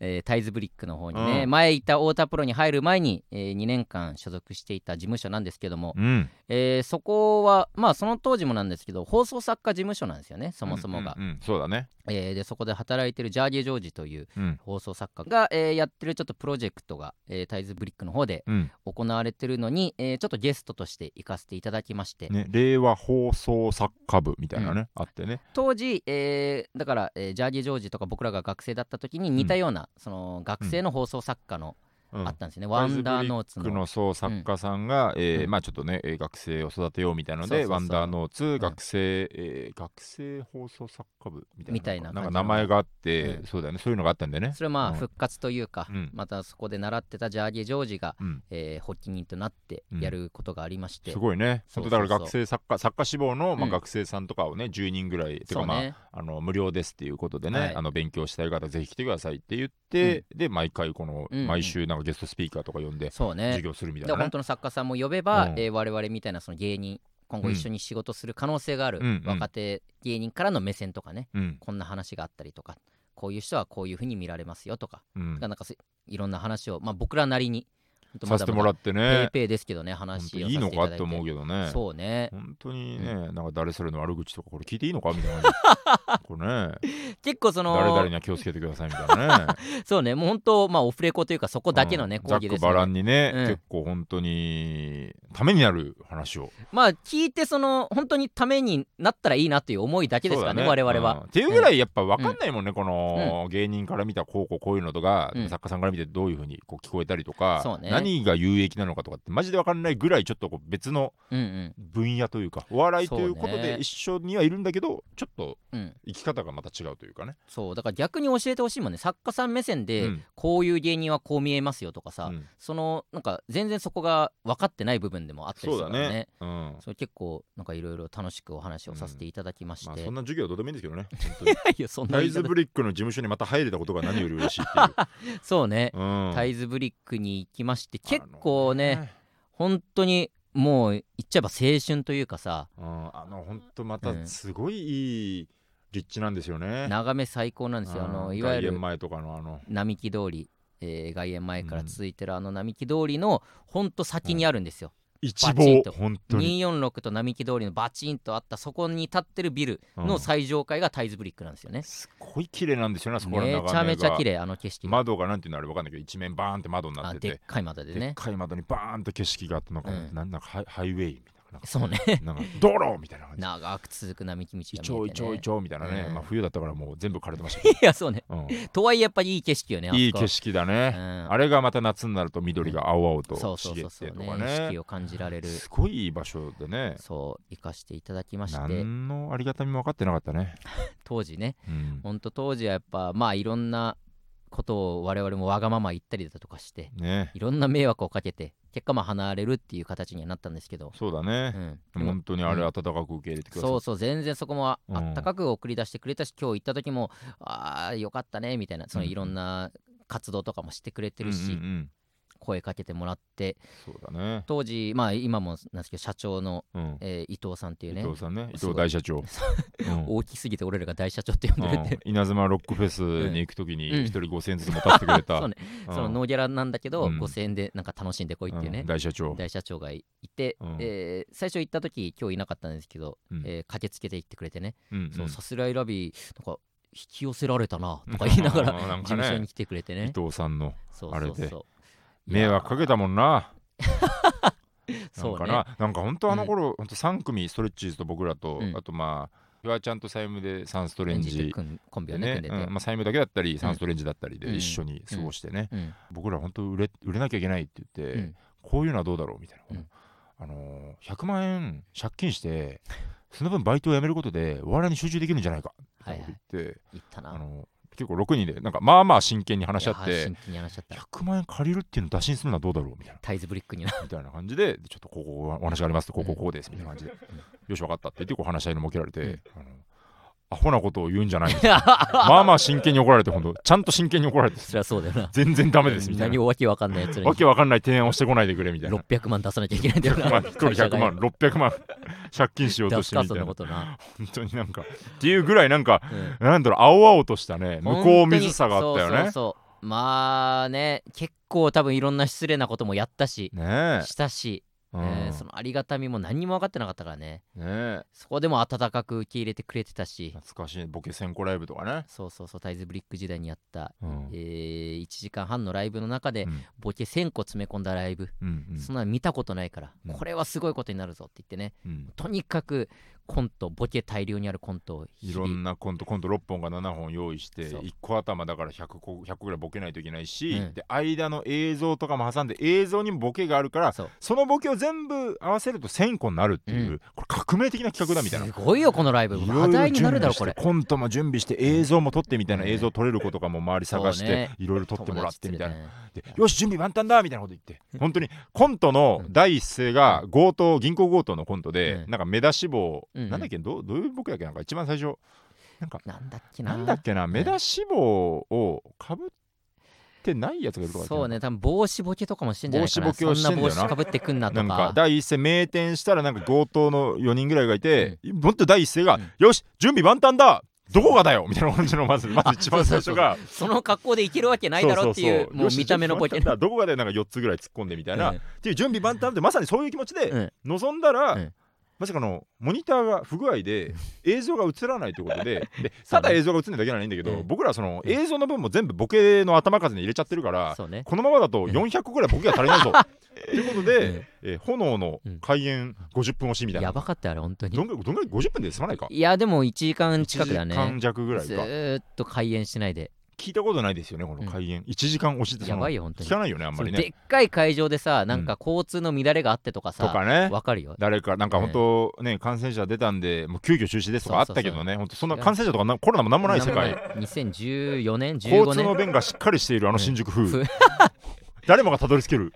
S1: えータイズブリックの方にね、
S2: うん
S1: 前いた太田プロに入る前に、え2年間所属していた事務所なんですけども、
S2: うん
S1: えーそこはまあその当時もなんですけど放送作家事務所なんですよねそもそもが、
S2: うんうんうんそうだね
S1: えーでそこで働いてるジャーギー・ジョージという
S2: うん
S1: 放送作家が、えーやってるちょっとプロジェクトが、えータイズブリックの方で
S2: うん
S1: 行われてるのに、えーちょっとゲストとして行かせていただきまして、
S2: ね、令和放送作家部みたいなね、あってね
S1: 当時、えーだから、えージャーギー・ジョージとか僕らが学生だった時に似たような、その学生の放送作家の、
S2: うん
S1: あったんですよね、ワンダーノーツ
S2: タイズブリック
S1: の。
S2: のそう作家さんが、えー
S1: うん
S2: まあちょっとねえー学生を育てようみたいなの
S1: そう
S2: で
S1: そうそう
S2: ワンダーノーツ、学生、えー学生放送作家部みたいな
S1: みたいな
S2: なん
S1: 感
S2: か
S1: じ
S2: 名
S1: の
S2: 前があって、
S1: うん
S2: そうだよねそういうのがあったんでね
S1: それはまあ
S2: うん
S1: 復活というか、
S2: うん
S1: またそこで習ってたジャーギー・ジョージが、
S2: うん
S1: えー発起人となって
S2: うん
S1: やることがありまして、
S2: すごいね
S1: そ
S2: 本
S1: うそ
S2: 当
S1: うそう
S2: だから学生作家作家志望の、
S1: う
S2: まあ、
S1: ん
S2: 学生さんとかをね10人ぐらいて
S1: そ
S2: か
S1: う
S2: まあ
S1: ね、
S2: あの無料ですっていうことでね、
S1: はい
S2: あの勉強したい方ぜひ来てくださいって言って、で毎回この、
S1: うんうん
S2: 毎週なんかゲストスピーカーとか呼んで
S1: そうね
S2: 授業するみたい
S1: で
S2: なね、
S1: 本当の作家さんも呼べば、
S2: うん
S1: えー我々みたいなその芸人今後一緒に仕事する可能性がある、
S2: うんうん
S1: 若手芸人からの目線とかね
S2: うん
S1: こんな話があったりとかこういう人はこういうふうに見られますよとか,、
S2: うん
S1: なんかすいろんな話を、まあ、僕らなりにほんと
S2: させてもら
S1: っ
S2: って
S1: ペ
S2: ね
S1: ーペーですけどね
S2: 本
S1: 話
S2: 当
S1: をさ
S2: にい
S1: せ
S2: い
S1: て
S2: の
S1: いた
S2: か
S1: だ
S2: っ
S1: い
S2: て
S1: て
S2: 思うけどね
S1: そうね
S2: 本当にね、
S1: う
S2: なんか誰それの悪口とかこれ聞いていいのかみたいな これね
S1: 結構その
S2: 誰々には気をつけてくださいみたいなね
S1: そうねもう本当まあオフレコというかそこ だけのね、
S2: うん
S1: 講
S2: ざっ
S1: 義で
S2: く
S1: すの
S2: ば
S1: で
S2: らんにね、
S1: うん
S2: 結構本当にためになる話を
S1: まあ聞いてその本当にためになったらいいなという思いだけですからね
S2: そうだ
S1: 我々は、
S2: うんっていうぐらいやっぱ分かんないもんね、この芸人から見たこうこうこういうのとか、
S1: うん
S2: 作家さんから見てどういうふうにこう聞こえたりとか、
S1: そうね
S2: 何が有益なのかとかってマジで分かんないぐらいちょっとこう別の
S1: うんうん
S2: 分野というかお笑いということ
S1: そうね
S2: で一緒にはいるんだけど、ちょっと
S1: うん
S2: 生き方がまた違うというかね。
S1: そうだから逆に教えてほしいもんね作家さん目線で、
S2: うん
S1: こういう芸人はこう見えますよとかさ、
S2: うん
S1: そのなんか全然そこが分かってない部分でもあったり
S2: そ
S1: す
S2: う
S1: る
S2: だ
S1: からねそ
S2: ね。うん
S1: れ結構なんかいろいろ楽しくお話をさせていただきまして、
S2: まあ
S1: い
S2: そんな授業はどうでもいいんですけど ね。本当に
S1: やいやそんな
S2: ラ
S1: 言
S2: イ
S1: い方
S2: ズブリックの事務所にまた入れたことが何より嬉しいっていう。
S1: そうね、
S2: うん
S1: タイズブリックに行きまして結構ね。本当にもう言っちゃえば青春というかさ
S2: あのねうんあの本当ま
S1: うん
S2: たすごいいい立地なんですよね。
S1: 眺め最高なんですよあのいわゆ
S2: 外
S1: る
S2: 苑前とかのあの。
S1: 並木通り、えー外苑前から続いてるあの並木通りのほんと先にあるんですよ、
S2: 一
S1: バチン
S2: 望
S1: と
S2: 本当に。
S1: 246と並木通りのバチンとあったそこに立ってるビルの最上階がタイズブリックなんですよね、
S2: すごい綺麗なんですよね、あそこら
S1: めちゃめちゃ綺
S2: 麗。
S1: 麗あの景色が、
S2: 窓がなんていうのあれわかんないけど、一面バーンって窓にな
S1: あ
S2: って、
S1: でってかい窓で
S2: でっ
S1: ね
S2: かい窓にバーンと景色があって、なんか
S1: うん
S2: なんだかハイハイウェイみたいな なんか。
S1: そう ね
S2: なんか道路みたいな感じ。
S1: 長く続く並木道が見えて、
S2: イ
S1: ね、
S2: チョウイチョウイチョウみたいなね、
S1: うん
S2: まあ冬だったからもう全部枯れてましたけ
S1: いやそうね
S2: ど、う
S1: とはいえやっぱいい景色よねあ
S2: ん、
S1: そこ
S2: いい景色だね、
S1: うん
S2: あれがまた夏になると緑が青
S1: そ
S2: 々と
S1: うそ
S2: 茂っ
S1: う
S2: て
S1: そう
S2: と
S1: そう
S2: か
S1: ね
S2: ね
S1: 景色を感じられる
S2: すごいいい場所でね
S1: そう行かしていただきまして
S2: 何のありがたみも分かってなかったね、
S1: 当時ね
S2: うん
S1: ほんと当時はやっぱまあいろんなことを我々もわがまま言ったりだとかして
S2: ね
S1: いろんな迷惑をかけて結果まあ離れるっていう形にはなったんですけど、
S2: そうだ
S1: う
S2: ね、
S1: ん、でも
S2: 本当にあれ温かく受け入れてください、
S1: そうそう全然そこもあ
S2: うん
S1: あったかく送り出してくれたし、今日行った時もああよかったねみたいなその
S2: うん
S1: いろんな活動とかもしてくれて
S2: うん
S1: るし、
S2: うんうん
S1: 声かけてもらって
S2: そうだね、
S1: 当時まあ今もなんですけど社長の、
S2: うん
S1: えー伊藤さんっていう
S2: 伊
S1: ね
S2: 藤さんね伊
S1: すご
S2: 藤
S1: い
S2: 大社長、うん
S1: 大きすぎて俺らが大社長って呼んでるって、
S2: うん稲妻ロックフェスに行くときに
S1: うん
S2: 一人5000円ずつ持たせてくれた、
S1: そうね
S2: う ん
S1: そのノーギャラなんだけど、
S2: うん
S1: 5000円でなんか楽しんでこいっていうね
S2: うん、大社長
S1: 大社長がいて、
S2: うん
S1: えー最初行った時今日いなかったんですけど、
S2: うん
S1: えー駆けつけて行ってくれてね、
S2: うんうん
S1: そうさすらいラビーなんか引き寄せられたなとか言いながら
S2: うんなん
S1: 事
S2: かね
S1: 務所に来てくれてね
S2: 伊藤さんの
S1: そう
S2: あ
S1: そ
S2: れ
S1: うそう
S2: で迷惑かけたもんなな
S1: そ
S2: ん
S1: う
S2: か
S1: ね
S2: ななんか本当あの頃、ほんと3組ストレッチーズと僕らと、
S1: うん
S2: あとまあフワちゃんとサイムでサンスト
S1: いや
S2: レン
S1: 演じて
S2: ジ
S1: くんコンビ
S2: で
S1: をね
S2: ね
S1: 組んで
S2: う
S1: て、
S2: んまあ、サイムだけだったりサンストレンジだったり
S1: う
S2: で
S1: ん
S2: 一緒に過ごしてね、
S1: うん
S2: 僕ら本当売れ売れなきゃいけないって言って、
S1: うん
S2: こういうのはどうだろうみたい
S1: う
S2: な、
S1: ん
S2: あのー100万円借金してその分バイトを辞めることでお笑いに集中できるんじゃないかって
S1: はいはい
S2: 言って、
S1: 行ったな
S2: あの結構6人でなんかまあまあ真剣に話し合っ
S1: いや
S2: て
S1: 真剣に話しちゃった
S2: 100万円借りるっていうの打診するのはどうだろうみ たいな
S1: タイズブリックにな
S2: みたいな感じででちょっとここお話がありますとこうこうこうです
S1: うん
S2: みたいな感じで、
S1: ん
S2: よし分かったって言ってこう話し合いの設けられて、
S1: うん
S2: あのアホなことを言うんじゃな いみたいなまあまあ真剣に怒られて本当ちゃんと真剣に怒られて
S1: そりゃそうだよな
S2: 全然ダメですみたい
S1: 何
S2: な
S1: もわけわかんないやつらに
S2: わけわかんない提案をしてこないでくれみたいな
S1: 600万出さなきゃいけないんだよ
S2: 100
S1: な
S2: 万1人100万600万借金しようと
S1: 出
S2: し
S1: す
S2: て
S1: か
S2: みた
S1: そ
S2: い
S1: ん
S2: な
S1: なことな、
S2: 本当になんかっていうぐらいなんか
S1: うん
S2: なんだろう青々としたね向こう水差があった
S1: 本
S2: よね
S1: 当にそうそうそうまあね結構多分いろんな失礼なこともやったし、
S2: ねえ
S1: したし、
S2: うん
S1: えーそのありがたみも何にも分かってなかったからね
S2: ねえ
S1: そこでも温かく受け入れてくれてたし
S2: 懐かしいボケ先行ライブとかね、
S1: そうそうそうタイズブリック時代にやった、
S2: うん
S1: え1時間半のライブの中で、
S2: うん
S1: ボケ1000個詰め込んだライブ、
S2: うんうん
S1: そんなの見たことないから、
S2: うん
S1: これはすごいことになるぞって言ってね
S2: うん
S1: とにかくコントボケ大量にあるコントを
S2: い
S1: 日々
S2: ろんなコントコント6本が7本用意して
S1: そう
S2: 1個頭だから100個 ,100 個ぐらいボケないといけないし、
S1: うん
S2: で間の映像とかも挟んで映像にもボケがあるから
S1: そう
S2: そのボケを全部合わせると1000個になるっていう、
S1: う
S2: これ革命的な企画だみたいな
S1: す。ごいよこのライブ
S2: いろいろ
S1: 話題になるだろこ
S2: 準備
S1: れ
S2: してコントも準備して映像も撮ってみたいな
S1: うん
S2: 映像撮れる子とかも周り探し
S1: そう
S2: て
S1: ね
S2: いろいろ撮ってもらってみたいな
S1: 友達連れてね
S2: でよし準備万端だみたいなこと言って本当にコントの第一声が強盗銀行強盗のコントで、
S1: うん
S2: なんか目出し帽、
S1: うん
S2: なんだっけどうどういう僕だっけなんか一番最初
S1: なんだっけな。
S2: なんだっけな目出し帽をかぶってないやつがいるとか
S1: そうね、多分帽子ボケとかもしてんじゃないかな。
S2: 帽子ボケをしてんだよな
S1: そんな帽子かぶってくんなと
S2: な
S1: か。
S2: んか第一声名店したらなんか強盗の4人ぐらいがいて、もっと第一声が、
S1: うん
S2: よし準備万端だどこがだよみたいな感じの まずまず一番最初が
S1: その格好でいけるわけないだろっていう、
S2: そそそ
S1: もう見た目のボケ
S2: よし準備万端だどこがだよなんか4つぐらい突っ込んでみたいな、
S1: うん
S2: っていう準備万端ってまさにそういう気持ちで、
S1: うん
S2: 望んだら、
S1: うん
S2: まさかのモニターが不具合で映像が映らない ということでで
S1: そう
S2: た
S1: ね
S2: だ映像が映らないだけならいいんだけど、
S1: うん
S2: 僕らその映像の分も全部ボケの頭数に入れちゃってるから、
S1: そうね。
S2: このままだと
S1: うん
S2: 400個ぐらいボケが足りない ぞということで、
S1: うん
S2: えー炎の開演50分押しみたいな、
S1: やばかったよあれ、本当
S2: ど
S1: に。
S2: んぐらいどんぐらい50分で済まないか
S1: いや、でも1時間近くだ
S2: 1時間
S1: ね。
S2: 弱ぐらい
S1: ず
S2: か
S1: ーっと開演しないで。
S2: 聞いたことないですよねこの開演、1時間押しってその
S1: やばいよ、本当に
S2: 聞。かないよねあんまり
S1: そので
S2: ね
S1: っかい会場でさ、なんか交通の乱れがあってとか
S2: と
S1: さ、
S2: かね
S1: わかるよ。
S2: 誰かなんか本当ね、感染者出たんでもう急遽中止ですとかあったけどね本当そんな
S1: 違う
S2: 感染者とかなコロナもなんもない世界
S1: 2014年、
S2: 交
S1: 15
S2: 通の
S1: 年。
S2: 便がしっかりしているあの新宿風、
S1: ふ
S2: 誰もがたどり着ける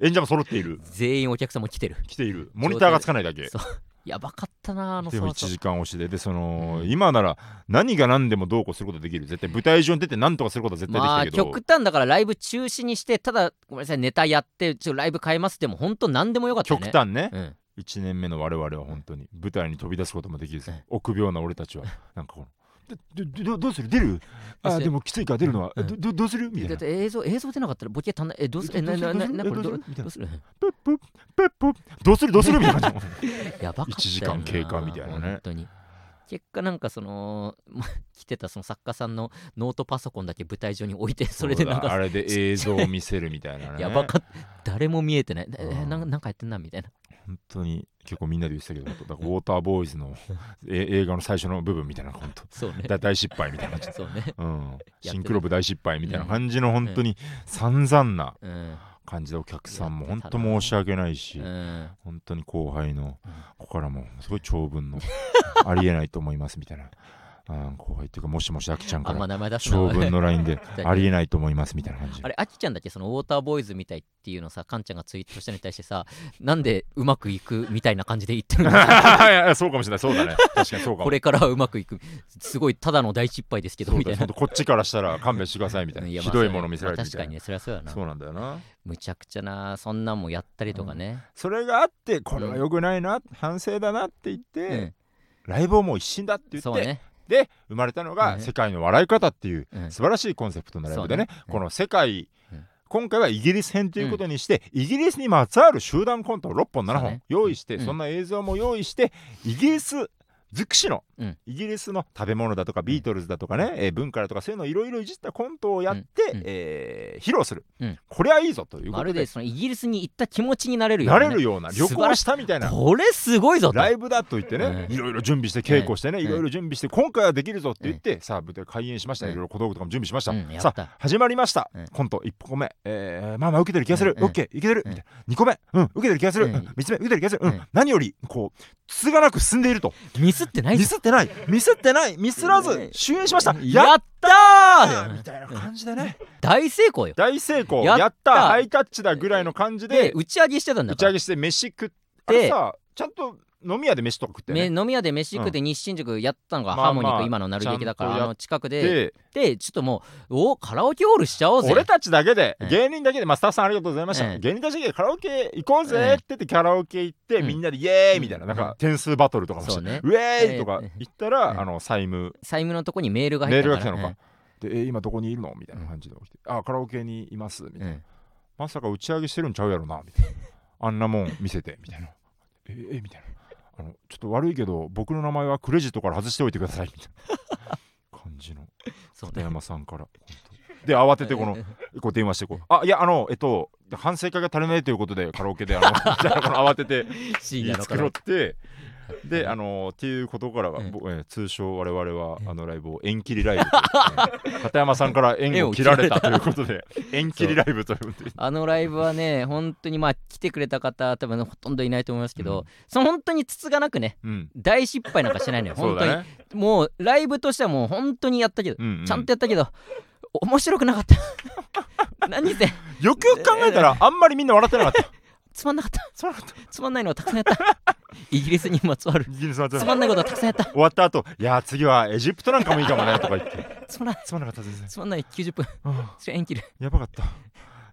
S2: 演者も揃っている
S1: 全員お客さんも来てる。
S2: 来ているモニターがつかないだけ
S1: そうやばかったな、あの
S2: でも
S1: 騒
S2: 1
S1: 々
S2: 時間押しででその、
S1: うん
S2: 今なら何が何でもどうこうすることできる絶対舞台上に出て何とかすることは絶対でき
S1: ま
S2: た
S1: あ
S2: けど、
S1: 極端だからライブ中止にしてただごめんなさいネタやってちょライブ変えますでも本当何でもよかったね
S2: 極端ね、
S1: うん
S2: 1年目の我々は本当に舞台に飛び出すこともできず、
S1: うん
S2: 臆病な俺た ちはなんかこの「どどどどうする出るあ
S1: そ
S2: ー
S1: れ
S2: でもきついから出るのは、
S1: うん
S2: どどどうする?」み
S1: だ
S2: たい
S1: っ
S2: な。
S1: て映像映像出なかったらボケ足んないえどうするえななななこれど
S2: ど
S1: う
S2: うする
S1: どうする
S2: プップップップッどうするどうするみたいな感じ
S1: やばかったよな
S2: 一時間経過みたいなね
S1: 本当に結果なんかその ま来てたその作家さんのノートパソコンだけ舞台上に置いて それでなん
S2: そうだあ
S1: か
S2: れで映像を見せるみたいなね
S1: やばかった誰も見えてないえ
S2: うん
S1: なんかなんかやってんなみたいな
S2: 本当に結構みんなで言ってたけど本当だからウォーターボーイ ズのえ映画の最初の部分みたいな本当
S1: そうね
S2: だ大失敗みたいな感じ
S1: そうね
S2: うん、
S1: た
S2: シンクロ部大失敗みたいな感じの本当に散々な
S1: うん
S2: 感じでお客さんも
S1: やっ
S2: 本
S1: てた
S2: 当
S1: な
S2: 申し訳ないし、
S1: うん
S2: 本当に後輩の
S1: うん
S2: ここからもすごい長文のありえないと思いますみたいなうん後輩っていうかもしもしあきちゃん
S1: あ
S2: か
S1: ん
S2: ら
S1: ま名前出すな
S2: 長
S1: おい
S2: 文 の LINE で
S1: じゃあ
S2: ありえないと思いますみたいな感じ
S1: あれ、あきちゃんだっけそのウォーターボーイズみたいっていうのさ、カンちゃんがツイートしたのに対してさ、なんでうまくいくみたいな感じで言ってる の
S2: いやそうかもしれないそうだね確かにそうかも
S1: これからはうまくいく。すごい、ただの大失敗ですけど、
S2: そう
S1: み
S2: だ
S1: た
S2: ね
S1: いな
S2: ほ。
S1: ん
S2: とこっちからしたら勘弁してくださいみたいな
S1: うんやま
S2: ひ
S1: あ
S2: どいもの見せられて
S1: まあ確
S2: みた
S1: か
S2: い
S1: に
S2: な
S1: ね、そりゃそうやな
S2: そ。うなんだよな
S1: むちゃくちゃな、そんなんもやったりとかね。
S2: それがあってこれは良くないな反省だなって言っ
S1: う
S2: て
S1: ん。
S2: ライブをもう一新だって言
S1: そう
S2: って、
S1: ね。
S2: で生まれたのが「
S1: ね
S2: 世界の笑い方」っていう
S1: うん
S2: 素晴らしいコンセプトのライブでね
S1: そうね
S2: この世界、
S1: うん
S2: 今回はイギリス編ということにして、イギリスにまつわる集団コントを6本7
S1: そう
S2: 本
S1: ね
S2: 用意して、
S1: うん
S2: そんな映像も用意してイギリス尽くしの、
S1: うん
S2: イギリスの食べ物だとかビートルズだとかね、えー文化だとかそういうのをいろいろいじったコントをやって、
S1: うんうん
S2: えー披露する、
S1: うん
S2: これはいいぞという
S1: ま
S2: こと
S1: る
S2: で
S1: でそのイギリスに行った気持ちになれるよ
S2: な
S1: うなね。
S2: れるような旅
S1: 素晴
S2: 行
S1: らしい
S2: したみたいな
S1: これすごいぞと。
S2: ライブだと言ってね、
S1: うん
S2: いろいろ準備して稽古してね、
S1: うん
S2: いろいろ準備して今回はできるぞって言って、さあ舞台開演しました、
S1: うん
S2: いろいろ小道具とかも準備しました、
S1: うんや
S2: さ
S1: っ
S2: あ
S1: た
S2: 始まりました、
S1: うん
S2: コント1個目、えーまあまあ受けてる気がする、
S1: うん
S2: OK いけてる、
S1: うん
S2: みたいな2個目、うん、受けてる気がする、う
S1: うんん
S2: 3つ目受けてる気がする、うん
S1: うん
S2: 何よりこうつつがなく進んでいると
S1: ミスってない
S2: ミ
S1: ぞ
S2: スってないミスってないミスらず終演しました、や
S1: や
S2: っ
S1: った
S2: た
S1: ー
S2: ーみたいな感じでね、
S1: 大成功よ。
S2: 大成功や
S1: や
S2: っ
S1: ったた
S2: ハイタッチだぐらいの感じ
S1: で、
S2: で
S1: 打ち上げしてたんだ
S2: 打
S1: か
S2: ち
S1: ら
S2: 上。げして飯食ってあれさちゃんと飲み屋で飯とか食ってね
S1: め飲み屋で飯食って日新宿やったのが
S2: まあ
S1: ハーモニ
S2: まあ
S1: ク今の鳴る劇だか
S2: ちゃん
S1: ら
S2: とや
S1: あの近くで
S2: で
S1: でちょっともうおカラオケオールしちゃおうぜ
S2: 俺たちだけで、
S1: うん
S2: 芸人だけで、まあ、スタッフさんありがとうございました、
S1: うん
S2: 芸人たちだけでカラオケ行こうぜって言ってカラオケ行って、
S1: うん
S2: みんなでイエーイみたいな,、
S1: うん
S2: なんか点数バトルとかもし
S1: そ
S2: て、
S1: うね
S2: ウェーイとか言ったら、
S1: うん
S2: あの債務
S1: 債務のとこにメールが
S2: メ
S1: 入
S2: ー
S1: っ
S2: ル
S1: た
S2: が
S1: か
S2: 来
S1: ら
S2: たのか、でえ今どこにいるのみたいな感じで起きて、あカラオケにいますみたい
S1: うん
S2: な、
S1: うん
S2: まさか打ち上げしてるんちゃうやろなみたいなあんなもん見せてみたいなええみたいなあのちょっと悪いけど僕の名前はクレジットから外しておいてくださいみたいな感じの
S1: そう
S2: 片
S1: ね
S2: 山さんから。本当で慌ててこのこう電話してこう。あいやあのえっと反省会が足りないということでカラオケ であのじゃあこの慌てて
S1: 深
S2: 言い
S1: 夜のカラ
S2: 繕
S1: オ
S2: っ
S1: ケ
S2: て。であのっていうことからは、
S1: うん
S2: 僕えー通称我々は
S1: うん
S2: あのライブを縁切りライブと いう、ね片山さんから縁を切られたということで縁切りライブということで
S1: あのライブはね本当にまあ来てくれた方多分ほとんどいないと思いますけど、
S2: うん
S1: その本当につつがなくね
S2: うん
S1: 大失敗なんかしてないのよ
S2: そう
S1: 本当に、
S2: だね、
S1: もうライブとしてはもう本当にやったけど、
S2: うんうん
S1: ちゃんとやったけど面白くなかった 何せ
S2: よくよく考えたらあんまりみんな笑ってなかった
S1: つまんなかった
S2: そらかった
S1: つまんないのをたくさんやった イギリスにまつわる
S2: イギリスのやつ
S1: つまんないことをたくさんやった
S2: 終わった後いや次はエジプトなんかもいいかもねとか言って
S1: つまんない
S2: つまんなかった全然
S1: つまんない90分
S2: うん
S1: それ延期る
S2: やばかった。や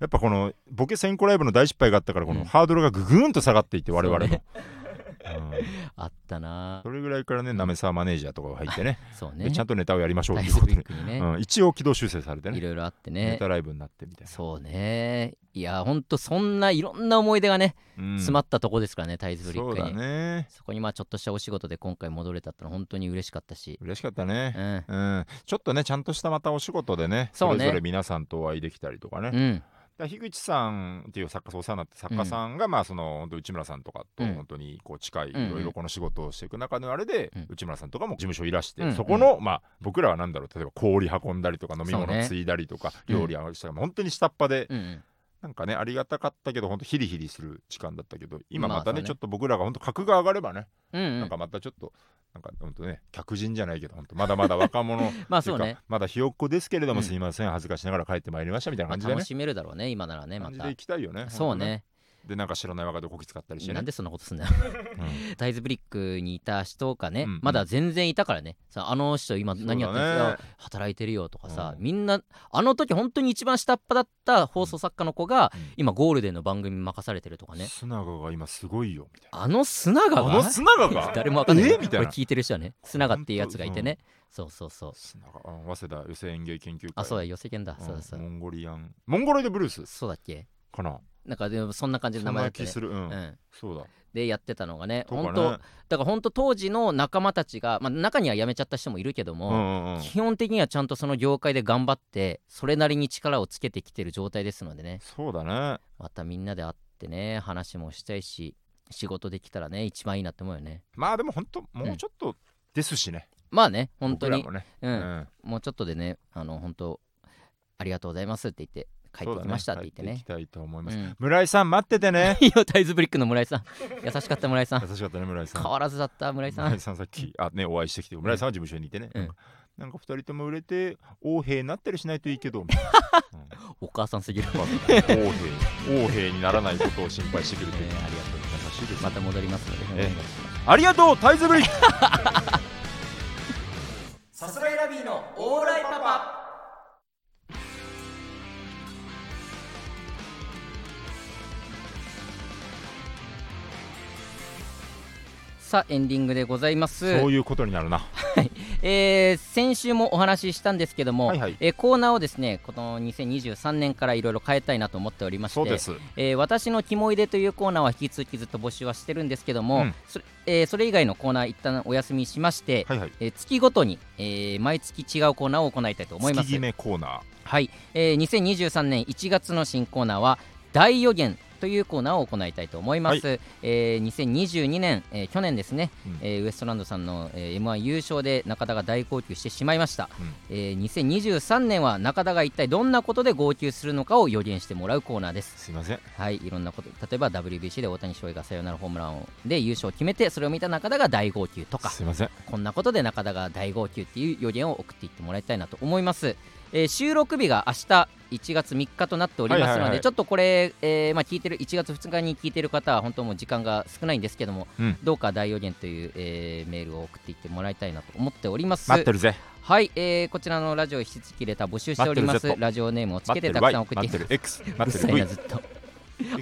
S2: っぱこのボケ先行ライブの大失敗があったからこの
S1: うん
S2: ハードルがぐぐんと下がっていって我々の、
S1: そうね
S2: うん
S1: あったな
S2: それぐらいからねなめさマネージャーとかが入ってね
S1: そう
S2: で
S1: ね
S2: ちゃんとネタをやりましょうと
S1: ダイ
S2: いう
S1: ス
S2: こと
S1: ビ
S2: で
S1: ッ、クにね、
S2: うん、一応軌道修正されて
S1: い
S2: ね
S1: ろいろあって
S2: ネ
S1: ね
S2: タライブになってみたいな、
S1: そうねいやほんとそんないろんな思い出がね、
S2: うん
S1: 詰まったとこですからねタイズブリ
S2: そ
S1: ッ
S2: う
S1: ク
S2: だ
S1: にそ,、
S2: ね
S1: こにまあちょっとしたお仕事で今回戻れたってのは本当に嬉しかった し、
S2: 嬉しかった
S1: う
S2: ね、
S1: ん
S2: うん、ちょっとねちゃんとしたまたお仕事でね
S1: そうね
S2: れぞれ皆さんとお会いできたりとかね、
S1: うん
S2: だから樋口さんっていう作家さんお世話になった作家さんが、まあその本当内村さんとかと
S1: うん
S2: 本当にこう近い、
S1: うんうん
S2: いろいろこの仕事をしていく中のあれで、
S1: うん
S2: 内村さんとかも事務所いらして、
S1: うん
S2: そこの、まあ僕らはなんだろう例えば氷運んだりとか飲み
S1: そう
S2: 物
S1: ね
S2: ついだりとか、
S1: うん
S2: 料理あしたり、本当に下っ端で、
S1: うんうん
S2: なんかねありがたかったけど本当ヒリヒリする時間だったけど今またね,、
S1: まあそうね
S2: ちょっと僕らが本当格が上がればね、
S1: うんうん
S2: なんかまたちょっとなんか本当ね客人じゃないけど本当まだまだ若者
S1: まあ
S2: ってい
S1: そうう
S2: か
S1: ね、
S2: まだひよっこですけれども、
S1: うん
S2: すいません恥ずかしながら帰ってまいりましたみたいな
S1: まあ
S2: 感じでね
S1: 楽。しめるだろうね今ならねま
S2: 感じで
S1: た
S2: 行きたいよね。
S1: そうね
S2: でなんか知らない若手こき使ったりしてね
S1: なんでそんなことすんだよ
S2: うん
S1: タイズブリックにいた人がね、
S2: うんうん
S1: まだ全然いたからねさあの人今何やってるんです
S2: そうだ
S1: か
S2: ね
S1: 働いてるよとかさ、
S2: うん
S1: みんなあの時本当に一番下っ端だった放送作家の子が、
S2: うん
S1: 今ゴールデンの番組任されてるとかね
S2: 須永が今すごいよみたい
S1: あの砂
S2: な。
S1: 川
S2: あの須永が
S1: 誰もわかんない,、
S2: えみたいな
S1: これ聞いてる人はね砂川っていうやつがいてね、そうそうそう
S2: 須永あ早稲田寄せ園芸研究会。
S1: あそうだ寄せ犬だ、
S2: うん
S1: そうだそうだ
S2: モンゴリアン。モンゴロイドブルース
S1: そうだっけ
S2: かな。
S1: なんかでもそんな感じ
S2: そ
S1: の
S2: ん
S1: 名前だ
S2: な
S1: った
S2: 気
S1: ね
S2: する。う。
S1: うんん、
S2: そうだ。
S1: でやってたのがね
S2: とかね
S1: 本当だから本当当時の仲間たちが、まあ、中には辞めちゃった人もいるけども、
S2: うんうんうん。
S1: 基本的にはちゃんとその業界で頑張ってそれなりに力をつけてきてる状態ですのでね
S2: そうだね。
S1: またみんなで会ってね話もしたいし仕事できたらね一番いいなって思うよね
S2: まあでも本当もうちょっとですしね。
S1: まあね本当に
S2: 僕らもね。
S1: う、
S2: うんん。
S1: もうちょっとでねあの本当ありがとうございますって言って帰ってきましたって言ってね
S2: そうだ帰ってきたいと思います、
S1: うん
S2: 村井さん待っててね
S1: いいよタイズブリックの村井さん優しかった村井 さん
S2: 優しかったね村井さん
S1: 変わらずだった村井 さん
S2: さっきあねお会いしてきて村井さんは事務所にいてね、
S1: うん
S2: なんか二人とも売れて横兵になったりしないといいけど、うん
S1: お母さんすぎる
S2: まあ横兵横兵にならないことを心配してくれて、
S1: ねありがとうござい
S2: 優しいですね
S1: また戻りますのでお願いします
S2: ありがとうタイズブリック
S1: さすがいラビーのオーライパパさあエンディングでございます、
S2: そういうことになるな
S1: えー先週もお話ししたんですけども、
S2: はいはい
S1: えーコーナーをですねこの2023年からいろいろ変えたいなと思っておりまして
S2: そうです
S1: えー私のキモいでというコーナーは引き続きずっと募集はしてるんですけども、
S2: うん
S1: それえーそれ以外のコーナー一旦お休みしまして、
S2: はいはい
S1: えー月ごとに、えー毎月違うコーナーを行いたいと思いま
S2: 月
S1: す
S2: 決。めコーナー
S1: はい、えー2023年1月の新コーナーは大予言というコーナーを行いたいと思います。えー2022年、えー去年ですね、
S2: うん
S1: えーウエストランドさんの、えー M1 優勝で中田が大号泣してしまいました。
S2: うん
S1: えー2023年は中田が一体どんなことで号泣するのかを予言してもらうコーナーです。
S2: すいません
S1: はい、いろんなこと、例えば WBC で大谷翔平がサヨナラホームランをで優勝を決めて、それを見た中田が大号泣とか、
S2: すいません
S1: こんなことで中田が大号泣っていう予言を送っていってもらいたいなと思います。えー収録日が明日1月3日となっておりますので、
S2: はいはいはい
S1: ちょっとこれ、えーまあ、聞いてる1月2日に聞いてる方は本当もう時間が少ないんですけども、
S2: うん
S1: どうか大予言という、えーメールを送っていってもらいたいなと思っております。
S2: 待ってるぜ
S1: はい、えーこちらのラジオ引き続きレター募集しておりま
S2: 待って
S1: す。
S2: るぜと
S1: ラジオネームをつ
S2: 待
S1: け
S2: っ
S1: て
S2: て
S1: た
S2: る
S1: く
S2: Y
S1: さん送ってき
S2: 待って
S1: て
S2: る X
S1: うる
S2: 待って
S1: さ
S2: る
S1: い
S2: V
S1: なずっと。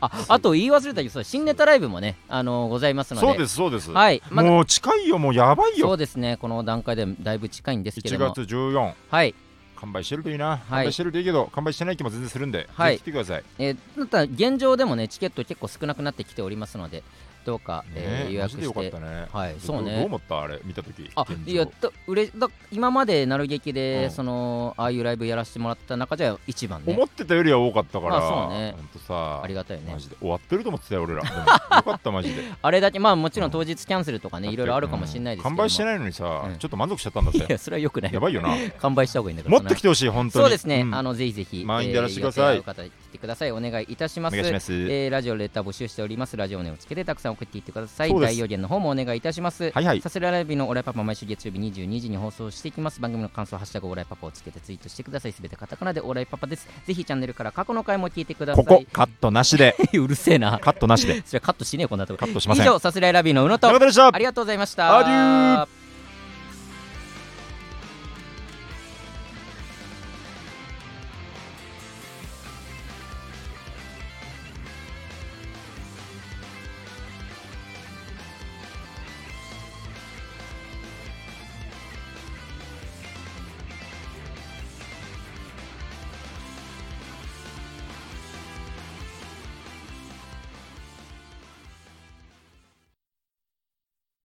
S1: ああと言い忘れたけどそう新ネタライブもね、あのございますので
S2: そうですそうです、
S1: はいまだ
S2: もう近いよもうやばい
S1: そ
S2: よ
S1: うですねこの段階でだいぶ近いんですけ
S2: 1
S1: れども
S2: 月14
S1: はい、
S2: 完売してるといい
S1: は
S2: な、
S1: い
S2: 完売してるといいけど完売してない気も全然するんで、
S1: はい
S2: ぜひ来てください
S1: えー、ただ現状でもねチケット結構少なくなってきておりますのでどうか、えー
S2: ね
S1: 予
S2: マ
S1: 約し
S2: ジで
S1: て
S2: よかったね
S1: はいそう
S2: どどう
S1: ね
S2: 思ったあれ見た時
S1: あ
S2: 現状
S1: いやとうれだ今までなる劇で、
S2: うん
S1: そのああいうライブやらせてもらった中じゃ一番ね
S2: 思ってたよりは多かったから、
S1: まあそうね
S2: ほんとさ
S1: ありがたいね
S2: マジで終わってると思ってたよ俺ら でもよかったマジで
S1: あれだけまあもちろん当日キャンセルとかねいろいろあるかもしれないですけど
S2: うん完売して
S1: い
S2: ないのにさ、
S1: うん
S2: ちょっと満足しちゃったんだっ
S1: い
S2: て
S1: やそれはよくない
S2: やばいよな
S1: 完売した方がいいんだから
S2: もっと来てほしい本当に
S1: そうですね、
S2: ん
S1: あのぜひぜひ、
S2: 満員でやらせてください
S1: えー予定ある方来てくださいお願いいたしま
S2: お
S1: す
S2: 願いします、
S1: えーラジオレター募集しておりますラジオネームをつけてたくさん送っていってください
S2: そうです
S1: 大予言の方もお願いいたします
S2: はいはい
S1: さすらいライブのオライパパ毎週月曜日22時に放送していきます番組の感想ハッシュタグオーライパパをつけてツイートしてくださいすべてカタカナでオーライパパですぜひチャンネルから過去の回も聞いてくださ
S2: こ
S1: い
S2: こカットなしで
S1: うるせえな
S2: カットなしで
S1: それカットしねえこんなとこ
S2: カットしま
S1: 以
S2: せん
S1: 上さすらいラビーの宇野と
S2: 中田でした
S1: ありがとうございました
S2: アデュー